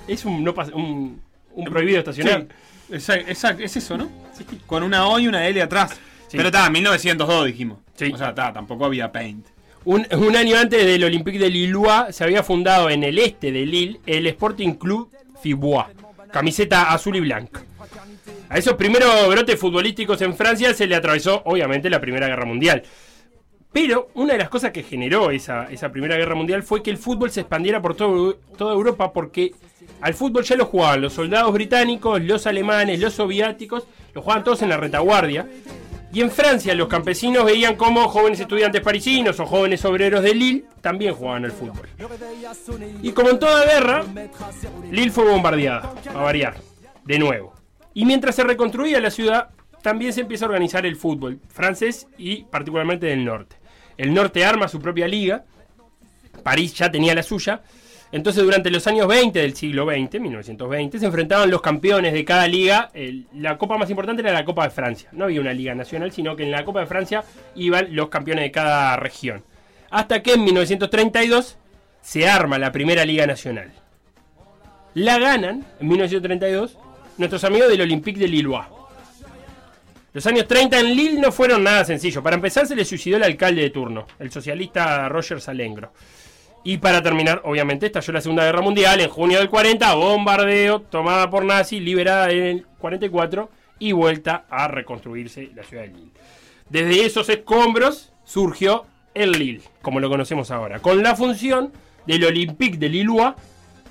es un, no pas- un, un prohibido estacionar.
Exacto, es eso, ¿no? Con una O y una L atrás. Pero está, 1902 dijimos. O sea, está, tampoco había Paint.
Un, un año antes del Olympique de Lillois se había fundado en el este de Lille el Sporting Club Fibois, camiseta azul y blanca. A esos primeros brotes futbolísticos en Francia se le atravesó obviamente la Primera Guerra Mundial. Pero una de las cosas que generó esa, esa Primera Guerra Mundial fue que el fútbol se expandiera por todo- toda Europa porque al fútbol ya lo jugaban los soldados británicos, los alemanes, los soviéticos, lo jugaban todos en la retaguardia. Y en Francia los campesinos veían cómo jóvenes estudiantes parisinos o jóvenes obreros de Lille también jugaban al fútbol. Y como en toda guerra, Lille fue bombardeada, a variar, de nuevo. Y mientras se reconstruía la ciudad, también se empieza a organizar el fútbol francés y particularmente del norte. El norte arma su propia liga, París ya tenía la suya, entonces durante los años 20 del siglo XX, 1920, se enfrentaban los campeones de cada liga. El- la copa más importante era la Copa de Francia. No había una liga nacional, sino que en la Copa de Francia iban los campeones de cada región. Hasta que en 1932 se arma la primera liga nacional. La ganan en 1932 nuestros amigos del Olympique de Lillois. Los años 30 en Lille no fueron nada sencillos. Para empezar, se le suicidó el alcalde de turno, el socialista Roger Salengro. Y para terminar, obviamente, estalló la Segunda Guerra Mundial en junio del 40, bombardeo, tomada por nazis, liberada en el 44 y vuelta a reconstruirse la ciudad de Lille. Desde esos escombros surgió el Lille, como lo conocemos ahora, con la función del Olympique de Lillois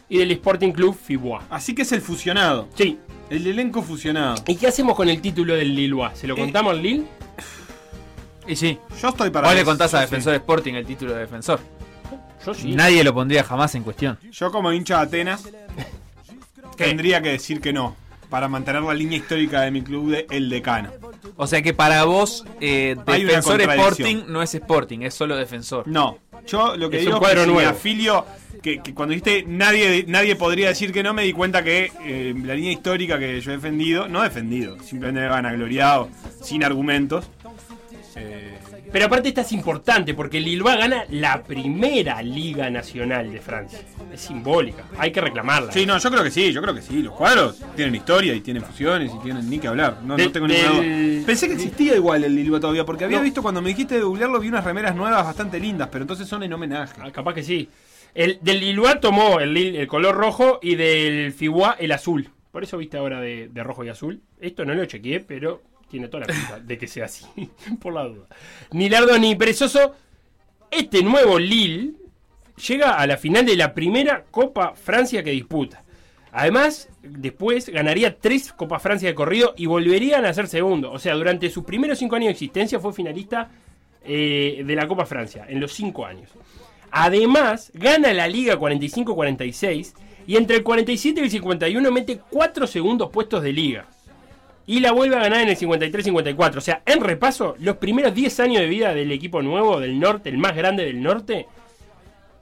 y del Sporting Club Fibois.
Así que es el fusionado.
Sí.
El elenco fusionado. Eh.
¿Y qué hacemos con el título del Lillois? ¿Se lo contamos al Lille?
Y sí.
Yo estoy
Vos le contás a Defensor Sporting el título de defensor.
Yo
Nadie lo pondría jamás en cuestión.
Yo como hincha de Atenas tendría que decir que no para mantener la línea histórica de mi club de El Decano.
O sea que para vos, eh,
Hay una
Defensor
contradicción.
Sporting no es Sporting, es solo Defensor.
No, yo lo que
Es un
digo
cuadro
que si
nuevo.
me afilio que, que cuando dijiste nadie nadie podría decir que no me di cuenta que eh, la línea histórica que yo he defendido, no defendido, simplemente vanagloriado, sin argumentos. eh.
Pero aparte esta es importante porque Lillois gana la primera Liga Nacional de Francia. Es simbólica, hay que reclamarla.
Sí, no, yo creo que sí, yo creo que sí. Los cuadros tienen historia y tienen fusiones y tienen ni que hablar. No, no
Del-
tengo ninguna duda.
del-
Pensé que existía igual el Lilua todavía, porque había
No.
visto cuando me dijiste de googlearlo, vi unas remeras nuevas bastante lindas, pero entonces son en homenaje.
Ah, capaz que sí. El, del Lillois tomó el, lil- el color rojo y del Fibois el azul. Por eso viste ahora de, de rojo y azul. Esto no lo chequeé, pero tiene toda la pinta de que sea así, por la duda. Ni lardo ni perezoso, este nuevo Lille llega a la final de la primera Copa Francia que disputa. Además, después ganaría tres Copas Francia de corrido y volverían a ser segundo. O sea, durante sus primeros cinco años de existencia fue finalista eh, de la Copa Francia, en los cinco años. Además, gana la Liga 45-46 y entre el 47 y el 51 mete cuatro segundos puestos de liga. Y la vuelve a ganar en el 53-54. O sea, en repaso, los primeros 10 años de vida del equipo nuevo del norte, el más grande del norte,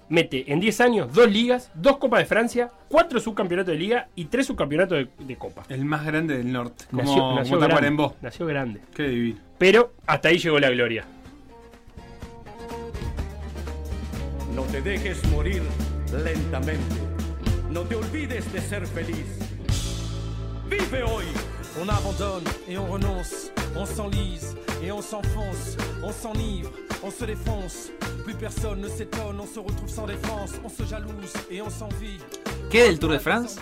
mete en 10 años dos ligas, dos Copas de Francia, cuatro subcampeonatos de liga y tres subcampeonatos de, de Copa.
El más grande del norte, como,
Nació-
como
nació
Tacuarembó.
grande, nació grande.
Qué divino.
Pero hasta ahí llegó la gloria.
No te dejes morir lentamente. No te olvides de ser feliz. Vive hoy.
On abandonne et on renonce, on s'enlise et on s'enfonce, on s'enivre, on se défonce. Plus personne ne s'étonne, on se retrouve sans défense, on se jalouse et on s'envie.
¿Qué del Tour de France?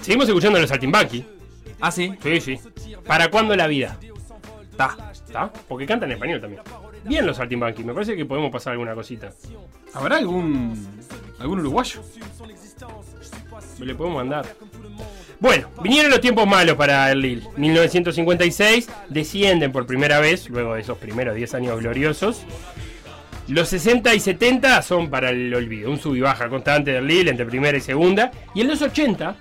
Seguimos escuchando a los Saltimbanqui.
Ah, sí.
Sí, sí. ¿Para cuándo la vida? Ta. Ta. Porque cantan en español también. Bien los Saltimbanqui. Me parece que podemos pasar alguna cosita.
¿Habrá algún algún uruguayo?
Me le podemos mandar. Bueno, vinieron los tiempos malos para el Lille. 1956 descienden por primera vez, luego de esos primeros 10 años gloriosos. Los 60 y 70 son para el olvido, un sub y baja constante del Lille entre primera y segunda. Y en los 80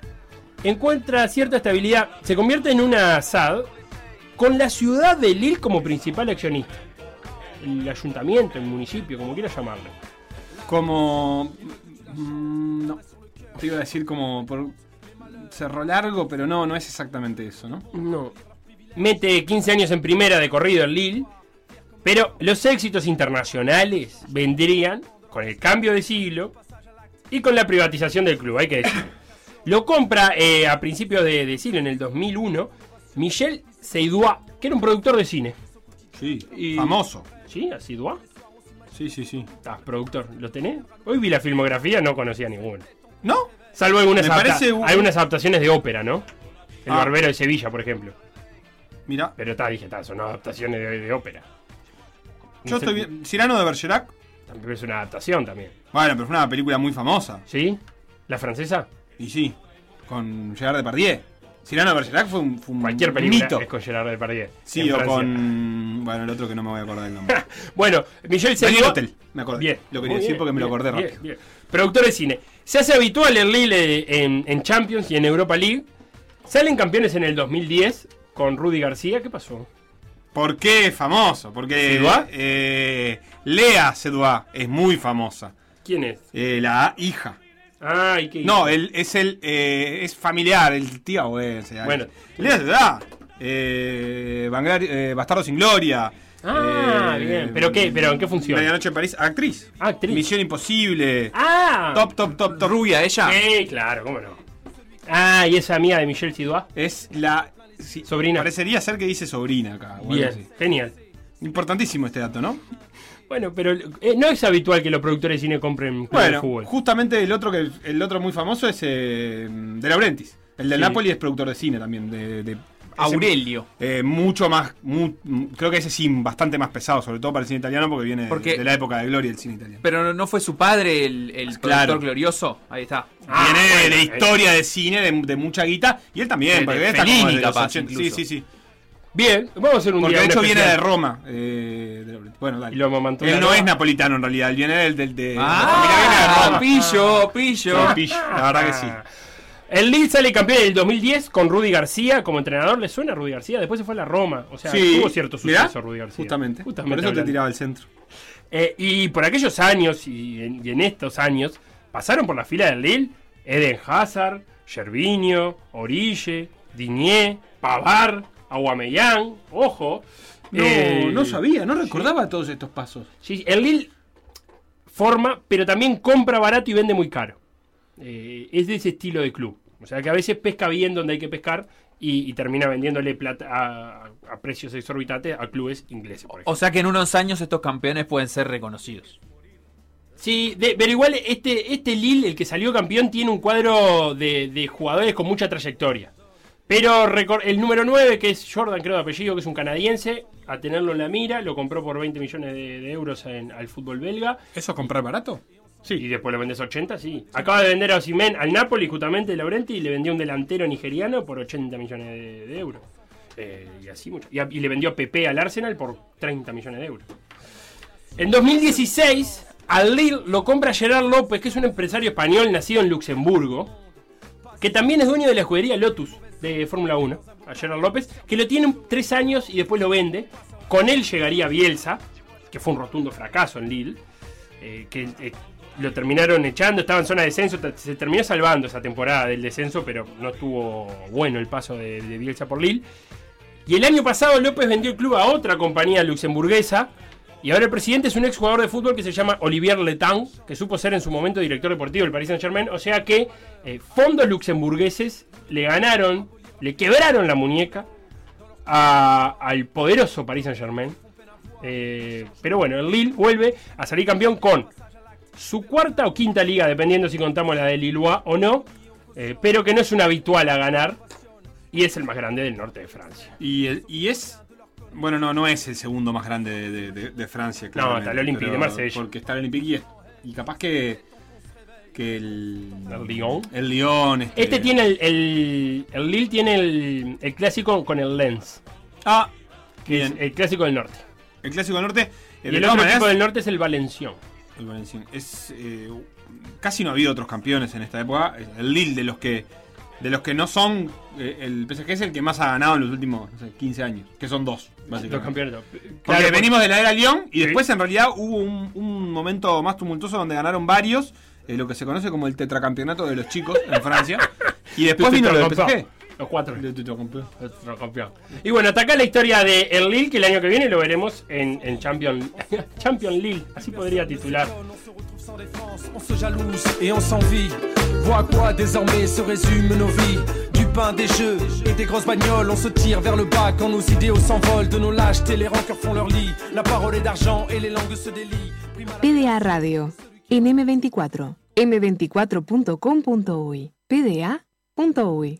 encuentra cierta estabilidad, se convierte en una SAD con la ciudad de Lille como principal accionista. El ayuntamiento, el municipio, como quiera llamarlo.
Como. mm, no. Te iba a decir como. por- cerró largo, pero no, no es exactamente eso, ¿no?
No. Mete 15 años en primera de corrido en Lille, pero los éxitos internacionales vendrían con el cambio de siglo y con la privatización del club, hay que decir. Lo compra eh, a principios de, de siglo, en el 2001, Michel Seydoux, que era un productor de cine.
Sí, famoso.
¿Sí? ¿A Seydoux?
Sí, sí, sí.
Estás productor, ¿lo tenés? Hoy vi la filmografía, no conocía ninguno.
¿No?
Salvo algunas,
Me
adapta-
parece un-
algunas adaptaciones de ópera, ¿no? El
Ah.
Barbero de Sevilla, por ejemplo.
Mira.
Pero está, dije, está, son adaptaciones de, de ópera.
Yo
No sé-
estoy bien. Cirano de Bergerac.
También es una adaptación también.
Bueno, pero fue una película muy famosa.
¿Sí? ¿La francesa?
Y sí. Con Gerard Depardieu. Cyrano de Bergerac fue un, fue un
Cualquier película
mito.
es con Gerard Depardieu.
Sí,
en
o
Francia.
con. Bueno, el otro que no me voy a acordar el nombre.
Bueno, Michel
Daniel
Seydoux-
Hotel, me acordé.
Bien.
Lo quería
Muy
decir
bien,
porque me lo
bien,
acordé
bien,
rápido.
bien. Productor de cine. Se hace habitual el Lille eh, en, en Champions y en Europa League. Salen campeones en el 2010 con Rudy García. ¿Qué pasó?
¿Por qué es famoso? Porque
¿Sedoua?
eh, Lea Sedua es muy famosa.
¿Quién es?
Eh, la hija.
Ay, qué
No, él es el eh, es familiar, el tío ese.
Bueno.
Lea Sedua. Eh, Vangar- eh, Bastardo sin Gloria.
Ah,
eh,
bien. ¿Pero qué? ¿Pero en qué función?
Medianoche en París, actriz.
Actriz.
Misión Imposible.
Ah.
Top, top, top, top.
Rubia ella.
Sí, claro, cómo no. Ah, y esa mía de Michel Sidua.
Es la sí,
Sobrina.
Parecería ser que dice sobrina acá. o algo
Bien,
así.
genial.
Importantísimo este dato, ¿no?
Bueno, pero eh, no es habitual que los productores de cine compren clubes de
Bueno,
fútbol.
justamente el otro que el otro muy famoso es eh, De Laurentiis. El del
Sí.
Napoli es productor de cine también. De, de-
Aurelio.
ese, eh, mucho más. mu- mm, creo que ese sí, bastante más pesado, sobre todo para el cine italiano, porque viene de-
Porque-
de la época de gloria el cine italiano.
Pero no- no fue su padre el, el
Claro.
productor glorioso. Ahí está. Ah,
Ah,
viene de
eh.
la
bueno, eh.
historia de cine, de, de mucha guita, y él
De-
también,
de
porque está como
Fellini,
de los
capaz,
80. Sí,
incluso.
sí, sí.
Bien, vamos a hacer un
Porque
día
de
un
hecho viene de
especial.
Roma. eh, de Laurentiis. bueno, dale.
Y lo amamantularon.
Él no es napolitano en realidad, él viene del. del- de,
Ah,
la familia viene de Roma.
pillo, pillo.
Sí, pillo, la verdad que sí.
Ah. El Lille sale campeón en el 2010 con Rudy García como entrenador. ¿Le suena a Rudy García? Después se fue a la Roma. O sea,
Sí.
tuvo cierto
Mirá,
suceso Rudy García.
Justamente.
Justamente
Por eso te
hablando.
tiraba al centro.
Eh, y por aquellos años y en, y en estos años pasaron por la fila del Lille Eden Hazard, Gervinho, Orille, Digné, Pavar, Aguamellán, ojo.
No,
eh,
no sabía, no recordaba todos estos pasos.
Sí, el Lille forma, pero también compra barato y vende muy caro. Eh, es de ese estilo de club. O sea que a veces pesca bien donde hay que pescar y, y termina vendiéndole plata a, a precios exorbitantes a clubes ingleses. por
O sea que en unos años estos campeones pueden ser reconocidos.
Sí, de- pero igual este, este Lille, el que salió campeón, tiene un cuadro de, de jugadores con mucha trayectoria. Pero recor- el número 9, que es Jordan, creo de apellido, que es un canadiense, a tenerlo en la mira, lo compró por 20 millones de, de euros en- al fútbol belga.
¿Eso es comprar barato?
Sí. Y después lo vendes a 80, sí. Acaba de vender a Osimhen al Napoli, justamente, Laurenti, y le vendió un delantero nigeriano por 80 millones de, de euros. Eh, y así mucho. Y, a- y le vendió a Pepe al Arsenal por 30 millones de euros. En 2016, al Lille lo compra Gerard López, que es un empresario español nacido en Luxemburgo, que también es dueño de la escudería Lotus de Fórmula 1, a Gerard López, que lo tiene tres años y después lo vende. Con él llegaría Bielsa, que fue un rotundo fracaso en Lille, eh, que eh, lo terminaron echando, estaba en zona de descenso, ta- se terminó salvando esa temporada del descenso, pero no estuvo bueno el paso de, de Bielsa por Lille. Y el año pasado López vendió el club a otra compañía luxemburguesa. Y ahora el presidente es un exjugador de fútbol que se llama Olivier Letang, que supo ser en su momento director deportivo del Paris Saint Germain. O sea que eh, fondos luxemburgueses le ganaron, le quebraron la muñeca a- al poderoso Paris Saint Germain. pero bueno, el Lille vuelve a salir campeón con su cuarta o quinta liga, dependiendo si contamos la de Lillois o no. eh, pero que no es un habitual a ganar y es el más grande del norte de Francia.
Y, el- y es. Bueno, no, no es el segundo más grande de, de- de- de Francia, claro.
está el Olympique de Marsella.
Porque está el Olympique y, es- y capaz que. Que el.
El Lyon.
El Lyon.
Este tiene el, el, el Lille tiene el, el clásico con el Lens,
Ah,
que es
bien.
el clásico del norte.
El Clásico del Norte. eh,
Y
de
el
todas
otro
maneras-
equipo del norte es el Valención.
El Valenciennes. Es, eh, casi no ha habido otros campeones en esta época. El Lille de los que de los que no son eh, el PSG es el que más ha ganado en los últimos no sé, 15 años, que son dos, básicamente.
Los campeones. no.
Porque
Claro,
venimos de la era Lyon y
Sí.
después en realidad hubo un, un momento más tumultuoso donde ganaron varios, eh, lo que se conoce como el tetracampeonato de los chicos en Francia, Y después vino lo de
Tetracampeón.
PSG.
Los cuatro. Tetracampeón. Y bueno, hasta acá la historia de el Lille, que el año que viene lo veremos en, en Champion, Champion Lille. Así podría titular.
on se jalouse et on s'envie. Vois à quoi désormais se résument nos vies. Du pain, des jeux et des grosses bagnoles, on se tire vers le bas quand nos idéaux s'envolent. De nos lâchetés, les rancœurs font leur lit. La parole est d'argent et les langues se délient.
PDA Radio. En M24. M24.com.uy. PDA.uy.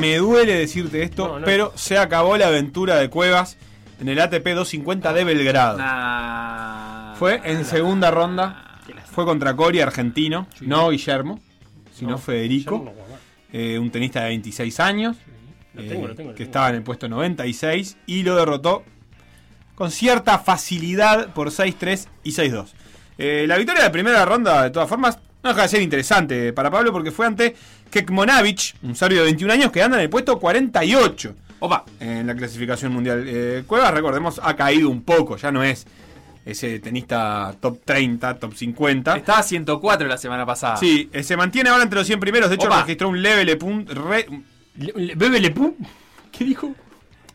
me duele decirte esto,
No, no.
pero se acabó la aventura de Cuevas en el ATP 250 de Belgrado.
Ah,
Ah,
Fue en segunda ronda. Fue contra Cori, argentino. No Guillermo, sino
No,
Federico. eh, un tenista de 26 años.
Lo
eh,
tengo, lo tengo, lo
que estaba en el puesto 96 y lo derrotó con cierta facilidad por 6-3 y 6-2. Eh, la victoria de primera ronda, de todas formas, no deja de ser interesante para Pablo porque fue ante Kekmonavic, un serbio de 21 años que anda en el puesto 48. Opa, en la clasificación mundial. Eh, Cuevas, recordemos, ha caído un poco, ya no es ese tenista top 30, top 50.
Estaba a 104 la semana pasada.
Sí, eh, se mantiene ahora entre los 100 primeros. De hecho,
Ah. Opa.
registró un leve le pun- re-
¿Qué dijo?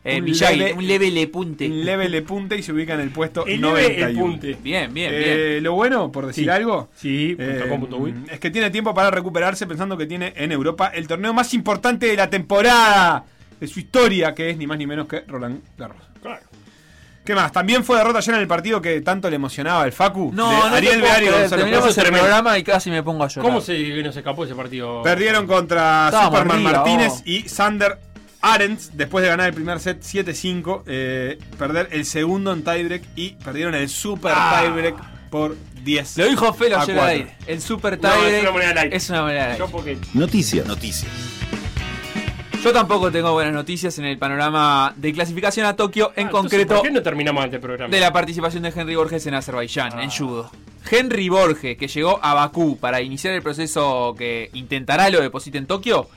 Eh,
un
Miyagi,
leve-
un leve lepunte.
Un leve lepunte y se ubica en el puesto
El leve
91.
lepunte. Bien, bien,
Eh, Lo bueno, por decir
Sí.
algo,
sí,
eh,
punto com, punto uy.
es que tiene tiempo para recuperarse pensando que tiene en Europa el torneo más importante de la temporada de su historia, que es ni más ni menos que Roland Garros.
Claro.
¿Qué más? También fue derrota ayer en el partido que tanto le emocionaba al Facu.
No,
de
no te
Ariel
puedo
Beari y
creer.
Gonzalo
Terminamos
Pérez.
el programa y casi me pongo a llorar.
¿Cómo se nos escapó ese partido?
Perdieron contra
Estábamos
Superman
arriba,
Martínez
oh.
y Sander Arends después de ganar el primer set 7-5, eh, perder el segundo en tiebreak y perdieron el super
Ah.
tiebreak por 10.
Lo dijo Felo
a
ayer al
cuatro.
aire. El super
No, es
tiebreak
una moneda al aire.
es una moneda al aire.
Yo porque
Noticias. Noticias.
Yo tampoco tengo buenas noticias en el panorama de clasificación a Tokio, en
Ah, entonces,
concreto
¿Por qué no terminamos este programa? Ah.
de la participación de Henry Borges en Azerbaiyán, en judo. Henry Borges, que llegó a Bakú para iniciar el proceso que intentará lo deposite en Tokio,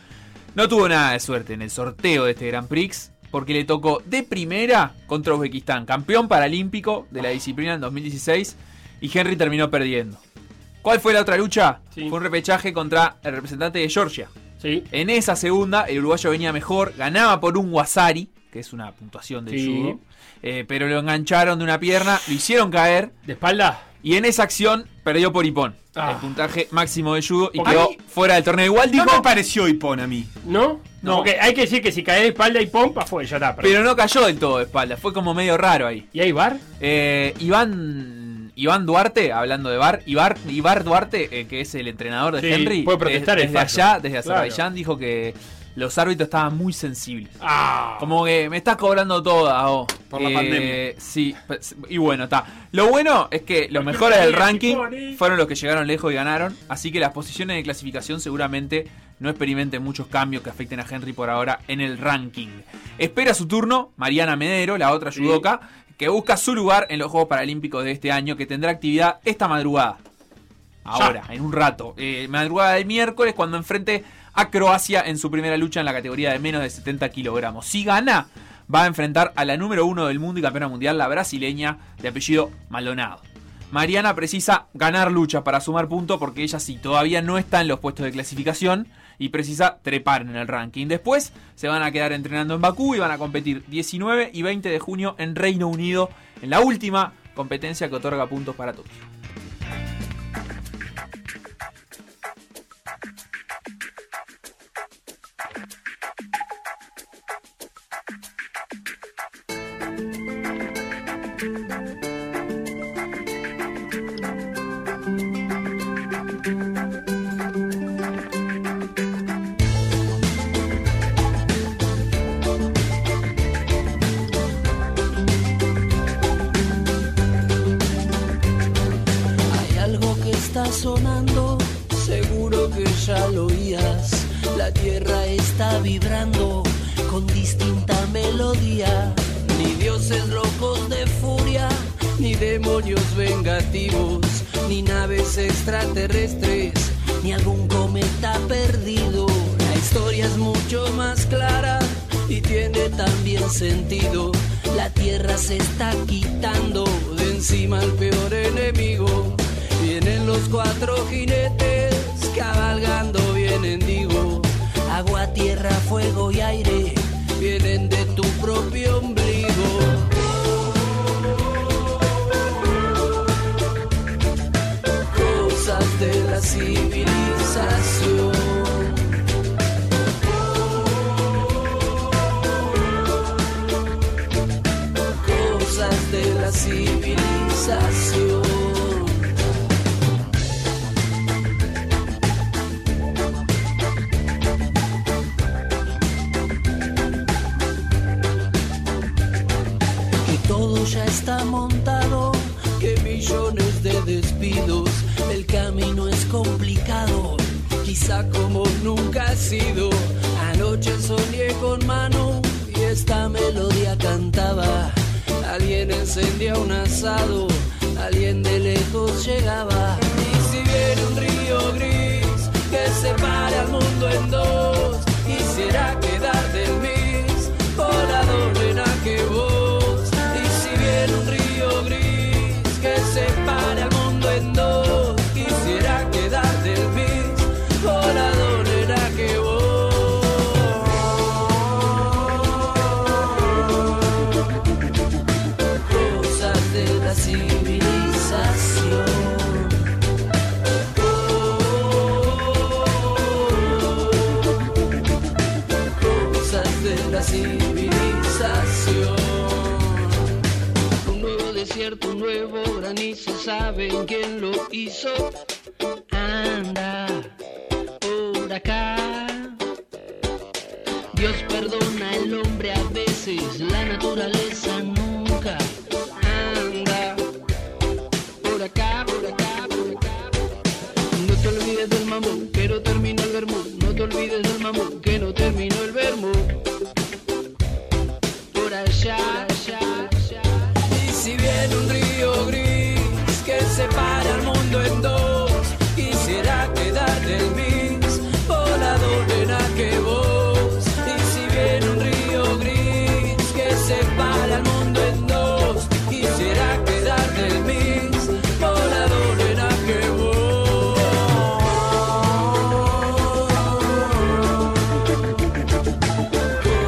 no tuvo nada de suerte en el sorteo de este Grand Prix, porque le tocó de primera contra Uzbekistán, campeón paralímpico de la disciplina en 2016, y Henry terminó perdiendo. ¿Cuál fue la otra lucha? Fue un repechaje contra el representante de Georgia. En esa segunda, el uruguayo venía mejor, ganaba por un Wasari, que es una puntuación del
Sí.
judo, eh, pero lo engancharon de una pierna, lo hicieron caer.
¿De espalda?
Y en esa acción perdió por Ipón,
Ah.
el puntaje máximo de judo, y
Porque
quedó
ahí-
fuera del torneo. Igual dijo,
No me pareció Ipón a mí.
¿No? No.
No.
Porque hay que decir que si cae de espalda y pompa, fue, ya está.
pero no cayó del todo de espalda, fue como medio raro ahí. Eh,
¿Y ahí Bar?
Iván, Iván Duarte, hablando de Bar, Ibar, Ibar Duarte, eh, que es el entrenador de
Sí,
Henry,
puede protestar
des-
el
desde
fallo.
allá, desde
Claro.
Azerbaiyán, dijo que los árbitros estaban muy sensibles.
Ah.
Como que me estás cobrando toda, oh.
Por la pandemia.
Sí, pe- y bueno, está. Lo bueno es que los mejores del ranking fueron los que llegaron lejos y ganaron. Así que las posiciones de clasificación seguramente no experimenten muchos cambios que afecten a Henry por ahora en el ranking. Espera su turno Mariana Medero, la otra judoka, que busca su lugar en los Juegos Paralímpicos de este año, que tendrá actividad esta madrugada. Ahora, en un rato. Eh, madrugada de miércoles, cuando enfrente a Croacia en su primera lucha en la categoría de menos de 70 kilogramos. Si gana, va a enfrentar a la número uno del mundo y campeona mundial, la brasileña de apellido Maldonado. Mariana precisa ganar luchas para sumar puntos porque ella sí todavía no está en los puestos de clasificación y precisa trepar en el ranking. Después se van a quedar entrenando en Bakú y van a competir 19 y 20 de junio en Reino Unido en la última competencia que otorga puntos para Tokio.
Hay algo que está sonando, seguro que ya lo oías. La tierra está vibrando, con distinta melodía. Ni dioses locos de furia, ni demonios vengativos, ni naves extraterrestres, ni algún cometa perdido. La historia es mucho más clara y tiene también sentido. La tierra se está quitando de encima al peor enemigo. Vienen los cuatro jinetes cabalgando, vienen digo. Agua, tierra, fuego y aire vienen de tu propio ombligo. Cosas de la civilización. Cosas de la civilización. que todo ya está montado, que millones de despidos, el camino es complicado, quizá como nunca ha sido. Anoche soñé con mano y esta melodía cantaba. Alguien encendía un asado, alguien de lejos llegaba. Y si viene un río gris que separe al mundo en dos, quisiera quedar del mis volador en que vos. Y si viene un río gris que separe al mundo en dos, quisiera quedar del mis volador en que vos cosas de la civilización. Cosas de la civilización. Un nuevo desierto, un nuevo granizo, ¿saben quién lo hizo? Anda por acá. Dios perdona al hombre a veces, la naturaleza nunca. Anda por acá, por acá, por acá. No te olvides del mamón, que no terminó el vermú. No te olvides del mamón, que no terminó el vermú. Por allá, allá, allá. Y si viene un río gris que separa al mundo en dos, quisiera quedar del mix, volador en que vos. Y si viene un río gris que separa al mundo en dos, quisiera quedar del mix, volador en que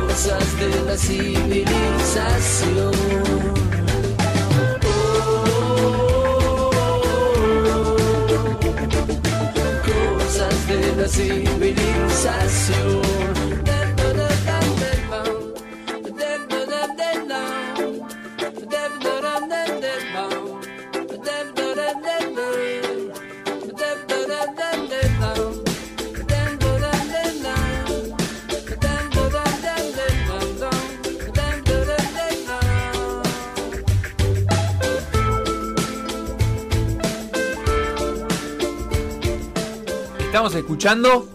cosas de la civilización. Cosas de la civilización.
Estamos escuchando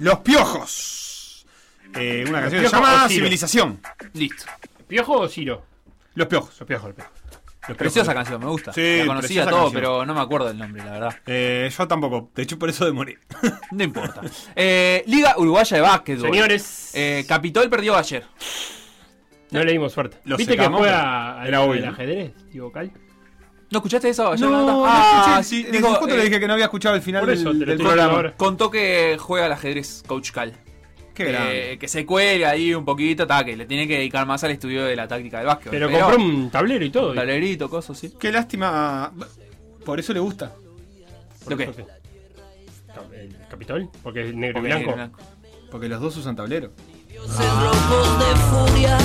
Los Piojos. Eh, una canción que se
Los Piojos
llama
o Ciro.
Civilización.
Listo.
¿Piojo o Ciro?
Los Piojos.
Los piojos, los piojos.
Preciosa canción, me gusta.
Sí,
la conocía
preciosa
todo,
canción.
pero no me acuerdo el nombre, la verdad.
Eh, yo tampoco. De hecho, por eso de morir.
No importa. Eh, Liga Uruguaya de Básquetbol.
Señores.
Eh, Capitol perdió ayer.
No le dimos suerte.
Lo
¿Viste
secamos,
que juega
pero era
al-
obvio.
al ajedrez, tío Cal?
¿No escuchaste eso ayer?
No,
Nata?
no
ah,
escuché.
sí.
Desde
Dijo,
justo le
eh,
dije que no había escuchado el final
por eso
del,
te lo
del
estoy
programa.
diciendo ahora.
Contó que juega al ajedrez Coach Cal.
Qué
Eh,
grande.
que se cuele ahí un poquito, ta, que le tiene que dedicar más al estudio de la táctica del básquet.
Pero compró un tablero y todo.
talerito, cosas, sí.
Qué lástima. Por eso le gusta.
¿Lo qué?
Porque- ¿El Capitol? Porque es negro y
Porque
blanco.
es blanco.
Porque los dos usan tablero.
Locos de
Ah.
furia,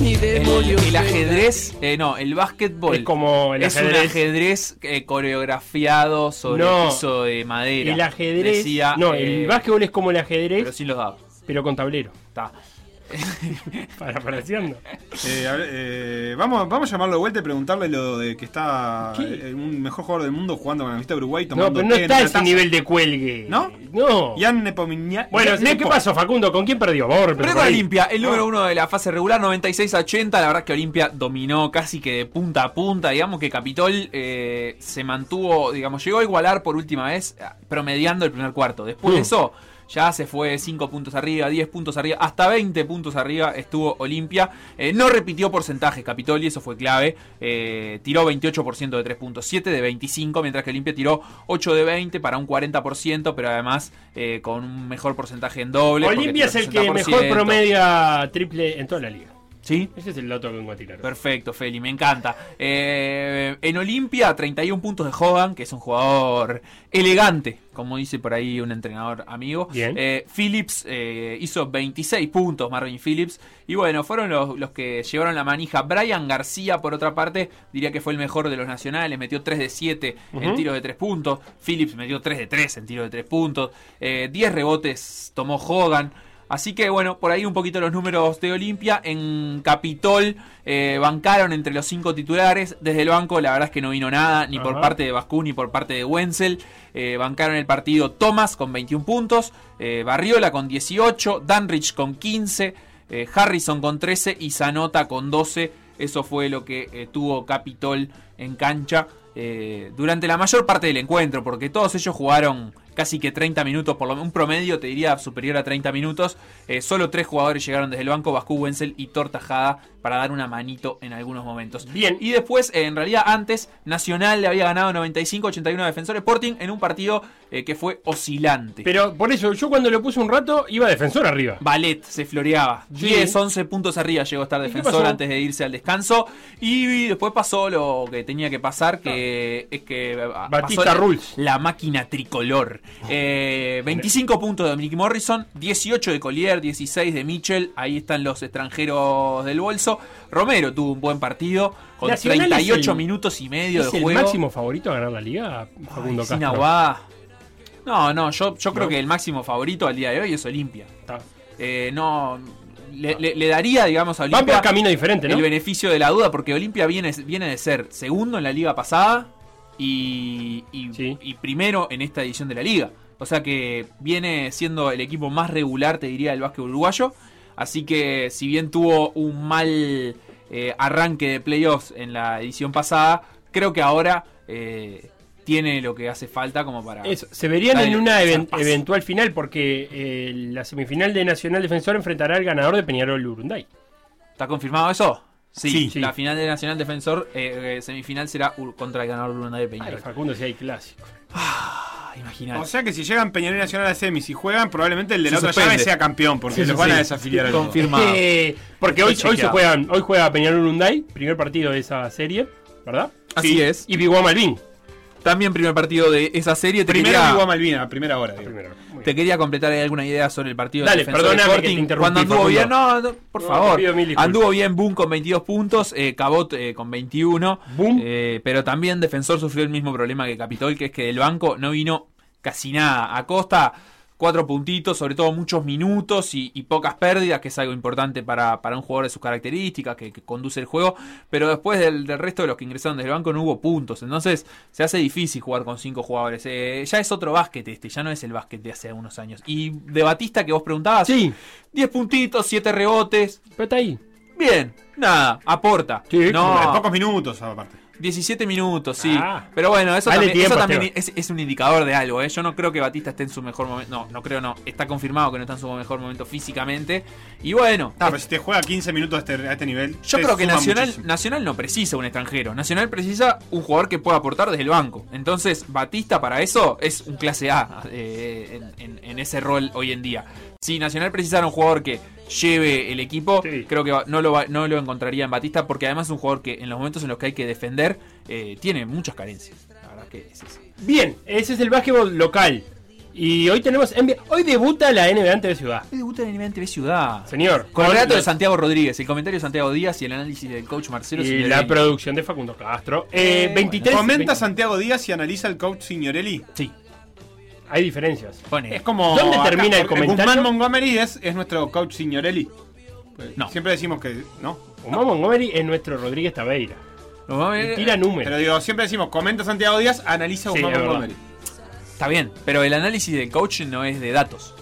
ni
El,
demonios
el
vengativos.
ajedrez, eh, no, el básquetbol.
Es como el
es un
ajedrez.
ajedrez eh, coreografiado sobre
No.
el piso de madera.
El ajedrez.
Decía,
no,
eh,
el básquetbol es como el
Pero
ajedrez,
sin los dados.
pero con tablero.
Está.
Para, para, ¿sí ando?
Eh, a ver, eh, vamos, vamos a llamarlo de vuelta y preguntarle lo de que está eh, un mejor jugador del mundo jugando con la vista de Uruguay. Tomando
No, pero no
té en
está
una
ese
taza.
nivel de cuelgue.
¿No?
No.
Jan Nepomiña.
Bueno,
Ne-
¿qué
Nepo.
pasó, Facundo? ¿Con quién perdió? Vamos a volver
Pero
por
con
ahí.
Olimpia, el número uno de la fase regular, 96 a 80. La verdad es que Olimpia dominó casi que de punta a punta. Digamos que Capitol eh, se mantuvo, digamos, llegó a igualar por última vez, eh, promediando el primer cuarto. Después de
Mm.
eso, ya se fue 5 puntos arriba, 10 puntos arriba, hasta 20 puntos arriba estuvo Olimpia. Eh, no repitió porcentajes Capitol y eso fue clave. Eh, tiró 28% de 3 puntos, 7 de 25, mientras que Olimpia tiró 8 de 20 para un 40%, pero además eh, con un mejor porcentaje en doble. porque
Olimpia es
tiró
el que mejor
60%.
promedia triple en toda la liga.
¿Sí?
Ese es el dato que vengo a tirar.
Perfecto, Feli, me encanta. Eh, en Olimpia, 31 puntos de Hogan, que es un jugador elegante, como dice por ahí un entrenador amigo.
Bien.
Eh, Phillips eh, hizo 26 puntos, Marvin Phillips. Y bueno, fueron los, los que llevaron la manija. Brian García, por otra parte, diría que fue el mejor de los nacionales. Metió 3 de 7 en
Ujú.
tiros de 3 puntos. Phillips metió 3 de 3 en tiros de 3 puntos. Eh, 10 rebotes tomó Hogan. Así que bueno, por ahí un poquito los números de Olimpia. En Capitol eh, bancaron entre los cinco titulares. Desde el banco la verdad es que no vino nada, ni por
Ajá.
parte de Bascú ni por parte de Wenzel. Eh, bancaron el partido Thomas con 21 puntos, eh, Barriola con 18, Danrich con 15, eh, Harrison con 13 y Zanota con 12. Eso fue lo que eh, tuvo Capitol en cancha eh, durante la mayor parte del encuentro, porque todos ellos jugaron casi que 30 minutos, por lo menos un promedio, te diría superior a 30 minutos. Eh, solo tres jugadores llegaron desde el banco, Bascu Wenzel y Tortajada, para dar una manito en algunos momentos. Bien. Y después, eh, en realidad, antes, Nacional le había ganado 95-81 a Defensor Sporting en un partido eh, que fue oscilante.
Pero por eso, yo cuando lo puse un rato, iba defensor arriba.
Ballet se floreaba.
Sí.
10, 11 puntos arriba llegó a estar defensor
pasó?
antes de irse al descanso. Y después pasó lo que tenía que pasar, que es que ah,
Batista
pasó la-
Rules.
La máquina tricolor. Eh, 25 puntos de Dominic Morrison, 18 de Collier, 16 de Mitchell. Ahí están los extranjeros del bolso. Romero tuvo un buen partido con
Nacional es
38
el-
minutos y medio
¿Es
de
el
juego.
máximo favorito a ganar la liga, Facundo
Sin
Castro?
Aguá. No, no, yo, yo creo
No.
que el máximo favorito al día de hoy es Olimpia. Eh, no. Le, le- le daría, digamos, a Olimpia.
por camino diferente, ¿no?
El beneficio de la duda, porque Olimpia viene, viene de ser segundo en la liga pasada y, y- y primero en esta edición de la liga. O sea que viene siendo el equipo más regular, te diría, del básquet uruguayo. Así que, si bien tuvo un mal eh, arranque de playoffs en la edición pasada, creo que ahora eh, tiene lo que hace falta como para.
Eso, se verían en una even-
zarpazo.
eventual final porque eh, la semifinal de Nacional Defensor enfrentará al ganador de Peñarol Urunday.
¿Está confirmado eso? Sí,
Sí.
la final de Nacional Defensor, eh, eh, semifinal será Ur- contra el ganador Urunday de Peñarol.
Facundo, si hay clásico.
Imagínate.
O sea que si llegan Peñarol y Nacional a semis y juegan, probablemente el de
Se
la otra
suspende.
llave sea campeón, porque
Sí, sí,
los van a
sí.
desafiliar a los dos.
Eh, porque hoy, hoy se juegan, hoy juega Peñarol Urunday, primer partido de esa serie, ¿verdad?
Así
Sí.
es.
Y Biguá Malvin.
También primer partido de esa serie. Te
Primero
quería,
Igual Malvina, a primera hora. digo.
te quería completar ahí alguna idea sobre el partido de
Dale,
Defensor
perdóname que te
Sporting.
interrumpí,
Cuando anduvo
Facundo.
bien, no, no, por
No, te
favor.
pido mil disculpas.
Anduvo bien Boom con 22 puntos, eh, Cabot eh, con 21. eh, pero también Defensor sufrió el mismo problema que Capitol, que es que del banco no vino casi nada. Acosta, cuatro puntitos, sobre todo muchos minutos y, y pocas pérdidas, que es algo importante para, para un jugador de sus características, que, que conduce el juego. Pero después del, del resto de los que ingresaron desde el banco no hubo puntos. Entonces se hace difícil jugar con cinco jugadores. Eh, ya es otro básquet este, ya no es el básquet de hace unos años. Y de Batista, que vos preguntabas,
sí.
10 puntitos, 7 rebotes.
Pero está ahí.
Bien, nada, aporta.
Como de
no,
pocos minutos, aparte.
17 minutos, sí.
Ah.
Pero bueno, eso
Dale
también,
tiempo,
eso también es, es un indicador de algo. ¿eh? Yo no creo que Batista esté en su mejor momento. No, no creo, no. Está confirmado que no está en su mejor momento físicamente. Y bueno.
Ah, pero si te juega 15 minutos a este, a este nivel.
Yo
te
creo que
suma
Nacional,
muchísimo.
Nacional no precisa un extranjero. Nacional precisa un jugador que pueda aportar desde el banco. Entonces, Batista para eso es un clase A eh, en, en- en ese rol hoy en día. Si Nacional precisara un jugador que lleve el equipo, creo que va- no lo, va- no lo encontraría en Batista porque además es un jugador que en los momentos en los que hay que defender eh, tiene muchas carencias. La verdad que es eso.
Bien, ese es el básquetbol local. Y hoy tenemos NBA. Hoy debuta la NBA en TV Ciudad.
Hoy debuta la NBA en TV Ciudad.
Señor.
Con el relato de
los-
Santiago Rodríguez, el comentario de Santiago Díaz y el análisis del coach Marcelo
Y
Signorini.
la producción de Facundo Castro. Eh,
Eh,
23.
¿Comenta Santiago Díaz y analiza el coach Signorelli?
Sí.
Hay diferencias.
Es como.
¿Dónde
acá,
termina el
porque
comentario?
Guzmán Montgomery es, es nuestro coach Signorelli. No. Siempre decimos que. ¿No?
Omar Montgomery es nuestro Rodríguez Taveira.
eh,
Y tira números.
Pero digo, siempre decimos, comenta Santiago Díaz, analiza
Sí,
Guzmán
es verdad.
Montgomery.
Está bien, pero el análisis del coach no es de datos.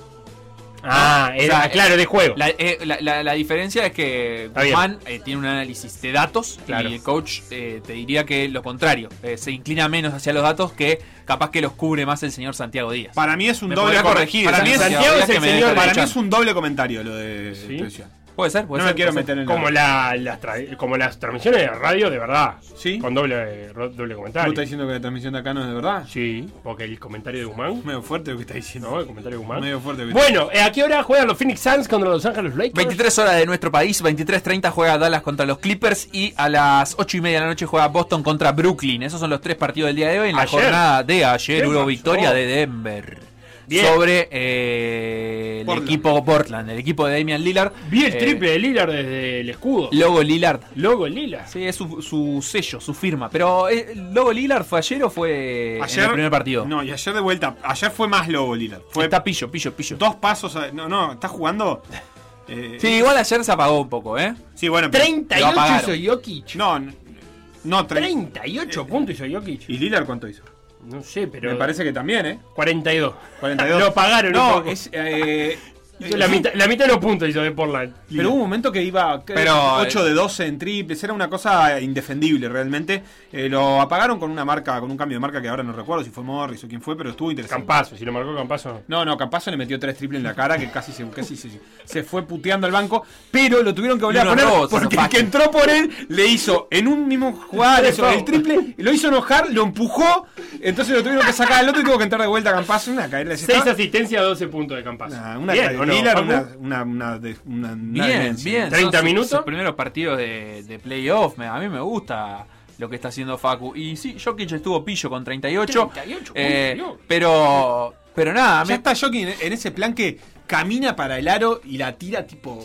Ah, era- claro, de juego.
La, eh, la- la- la diferencia es que
bien.
Guzmán eh, tiene un análisis de datos
Claro.
y el coach eh, te diría que lo contrario. eh, se inclina menos hacia los datos que capaz que los cubre más el señor Santiago Díaz.
Para mí es un
Me
doble
podrá
come-
corregir.
Para mí es,
Santiago Díaz que me deja
para mí
escuchar.
es un doble comentario lo de Tucia.
Puede ser, puede
no
ser,
me quiero
puede
meter
ser.
en
Como, la- las tra- como las transmisiones de radio, de verdad. Sí. Con doble, eh, ro- doble comentario.
¿Tú estás diciendo que la transmisión de acá no es de verdad?
Sí, porque el comentario de Guzmán.
Medio fuerte lo que está diciendo.
No, el comentario de Guzmán.
Medio fuerte lo que
Bueno, ¿eh, ¿a qué hora juegan los Phoenix Suns contra los Ángeles Lakers?
23 horas de nuestro país, 23.30 juega Dallas contra los Clippers y a las 8 y media de la noche juega Boston contra Brooklyn. Esos son los tres partidos del día de hoy. En la
Ayer.
jornada de ayer
¿Qué
hubo
pasó?
victoria de Denver eh, sobre eh, el equipo Portland, el equipo de Damian Lillard.
Vi el
Eh,
triple de Lillard desde el escudo.
Logo Lillard.
Logo Lillard.
Sí, es su, su sello, su firma. Pero eh, Logo Lillard fue ayer o fue en el primer partido.
No, y ayer de vuelta. Ayer fue más lobo, Lillard. Fue
Está pillo, pillo, pillo.
dos pasos. a- no, no, está jugando. eh,
Sí, igual ayer se apagó un poco, ¿eh?
Sí, bueno. pero-
38
lo apagaron.
hizo Jokic.
No, no, no, tre- eh,
38 puntos hizo Jokic.
¿Y Lillard cuánto hizo?
No sé, pero.
Me parece que también, ¿eh?
42.
42.
Lo pagaron un
No,
poco.
es. eh,
Hizo la, mitad, la mitad de los puntos hizo de Portland.
Pero hubo un momento que iba
Pero,
8
eh,
de 12 en triples, era una cosa indefendible realmente. Eh, lo apagaron con una marca, con un cambio de marca que ahora no recuerdo si fue Morris o quién fue, pero estuvo interesante.
Campazo, si lo marcó Campazo.
No, no, Campazo le metió tres triples en la cara que casi se, casi se, se fue puteando al banco, pero lo tuvieron que volver
Y
a
unos
poner
robos,
porque el
zafaje.
que entró por él le hizo en un mismo jugada le hizo el triple, lo hizo enojar, lo empujó, entonces lo tuvieron que sacar al otro y tuvo que entrar de vuelta a Campazo, una caída de
6 asistencias, 12 puntos de Campazo.
Nah, una
Bien,
caída
¿o
de
no,
Lillard,
Facu?
una, una, una de- una- una
Bien,
demencia.
bien.
30
Son sus-
minutos.
sus primeros partidos de, de playoff. Me- A mí me gusta lo que está haciendo Facu. Y sí, Jokic estuvo pillo con 38.
38,
eh,
uy, Dios.
pero, pero nada,
Ya
me,
está Jockey en, en ese plan que camina para el aro y la tira tipo.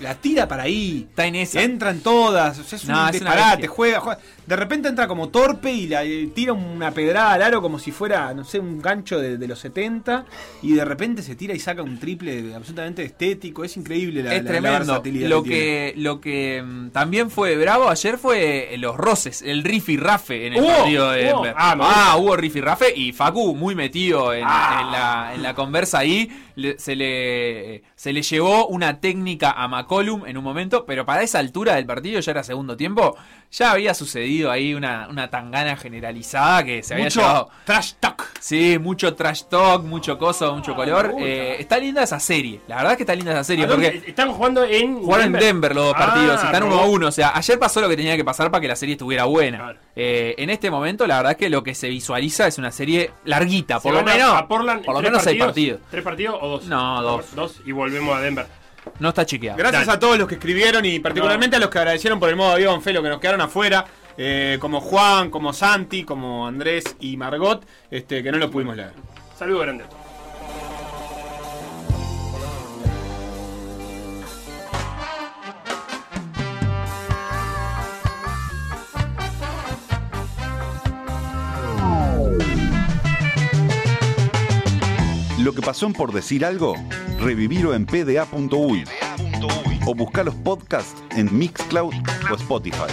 La tira para ahí.
está en esa.
Entran todas. o sea, es
No, es
un
una
disparate.
bestia.
Juega, juega. De repente entra como torpe y la, eh, tira una pedrada al aro como si fuera, no sé, un gancho de, de los 70. Y de repente se tira y saca un triple absolutamente estético. Es increíble la,
es
la- la
tremendo.
versatilidad
lo,
tiene.
que, lo que mm, también fue bravo ayer fue eh, los roces, el riff y rafe en el
Hubo,
partido de
hubo.
Denver.
Ah,
Ah,
me gusta. Ah.
hubo riff y rafe y Facu muy metido en, en la, en la conversa ahí. Le- se, le, se le llevó una técnica a McCollum en un momento, pero para esa altura del partido, ya era segundo tiempo, ya había sucedido ahí una, una tangana generalizada que se había
Mucho
llevado.
trash talk.
Sí, mucho trash talk, mucho coso, mucho color. Eh, está linda esa serie. La verdad que está linda esa serie.
Ah, ¿A dónde?
Porque
Están jugando en.
Jugaron en Denver los dos
Ah,
partidos, están
robó.
uno a uno. O sea, ayer pasó lo que tenía que pasar para que la serie estuviera buena.
Claro.
Eh, en este momento, la verdad es que lo que se visualiza es una serie larguita,
Se
por lo
van a-
menos.
a Portland
por lo
tres
menos seis partidos.
¿Tres partidos o dos?
No, dos.
Dos y volvemos a Denver.
No está chequeado.
Gracias
Dale.
a todos los que escribieron y particularmente a los que agradecieron por el modo avión, Felo, que nos quedaron afuera, eh, como Juan, como Santi, como Andrés y Margot, este, que no lo pudimos leer.
Saludos grande.
Lo que pasó en por decir algo, revivilo en pda.uy o busca los podcasts en Mixcloud o Spotify.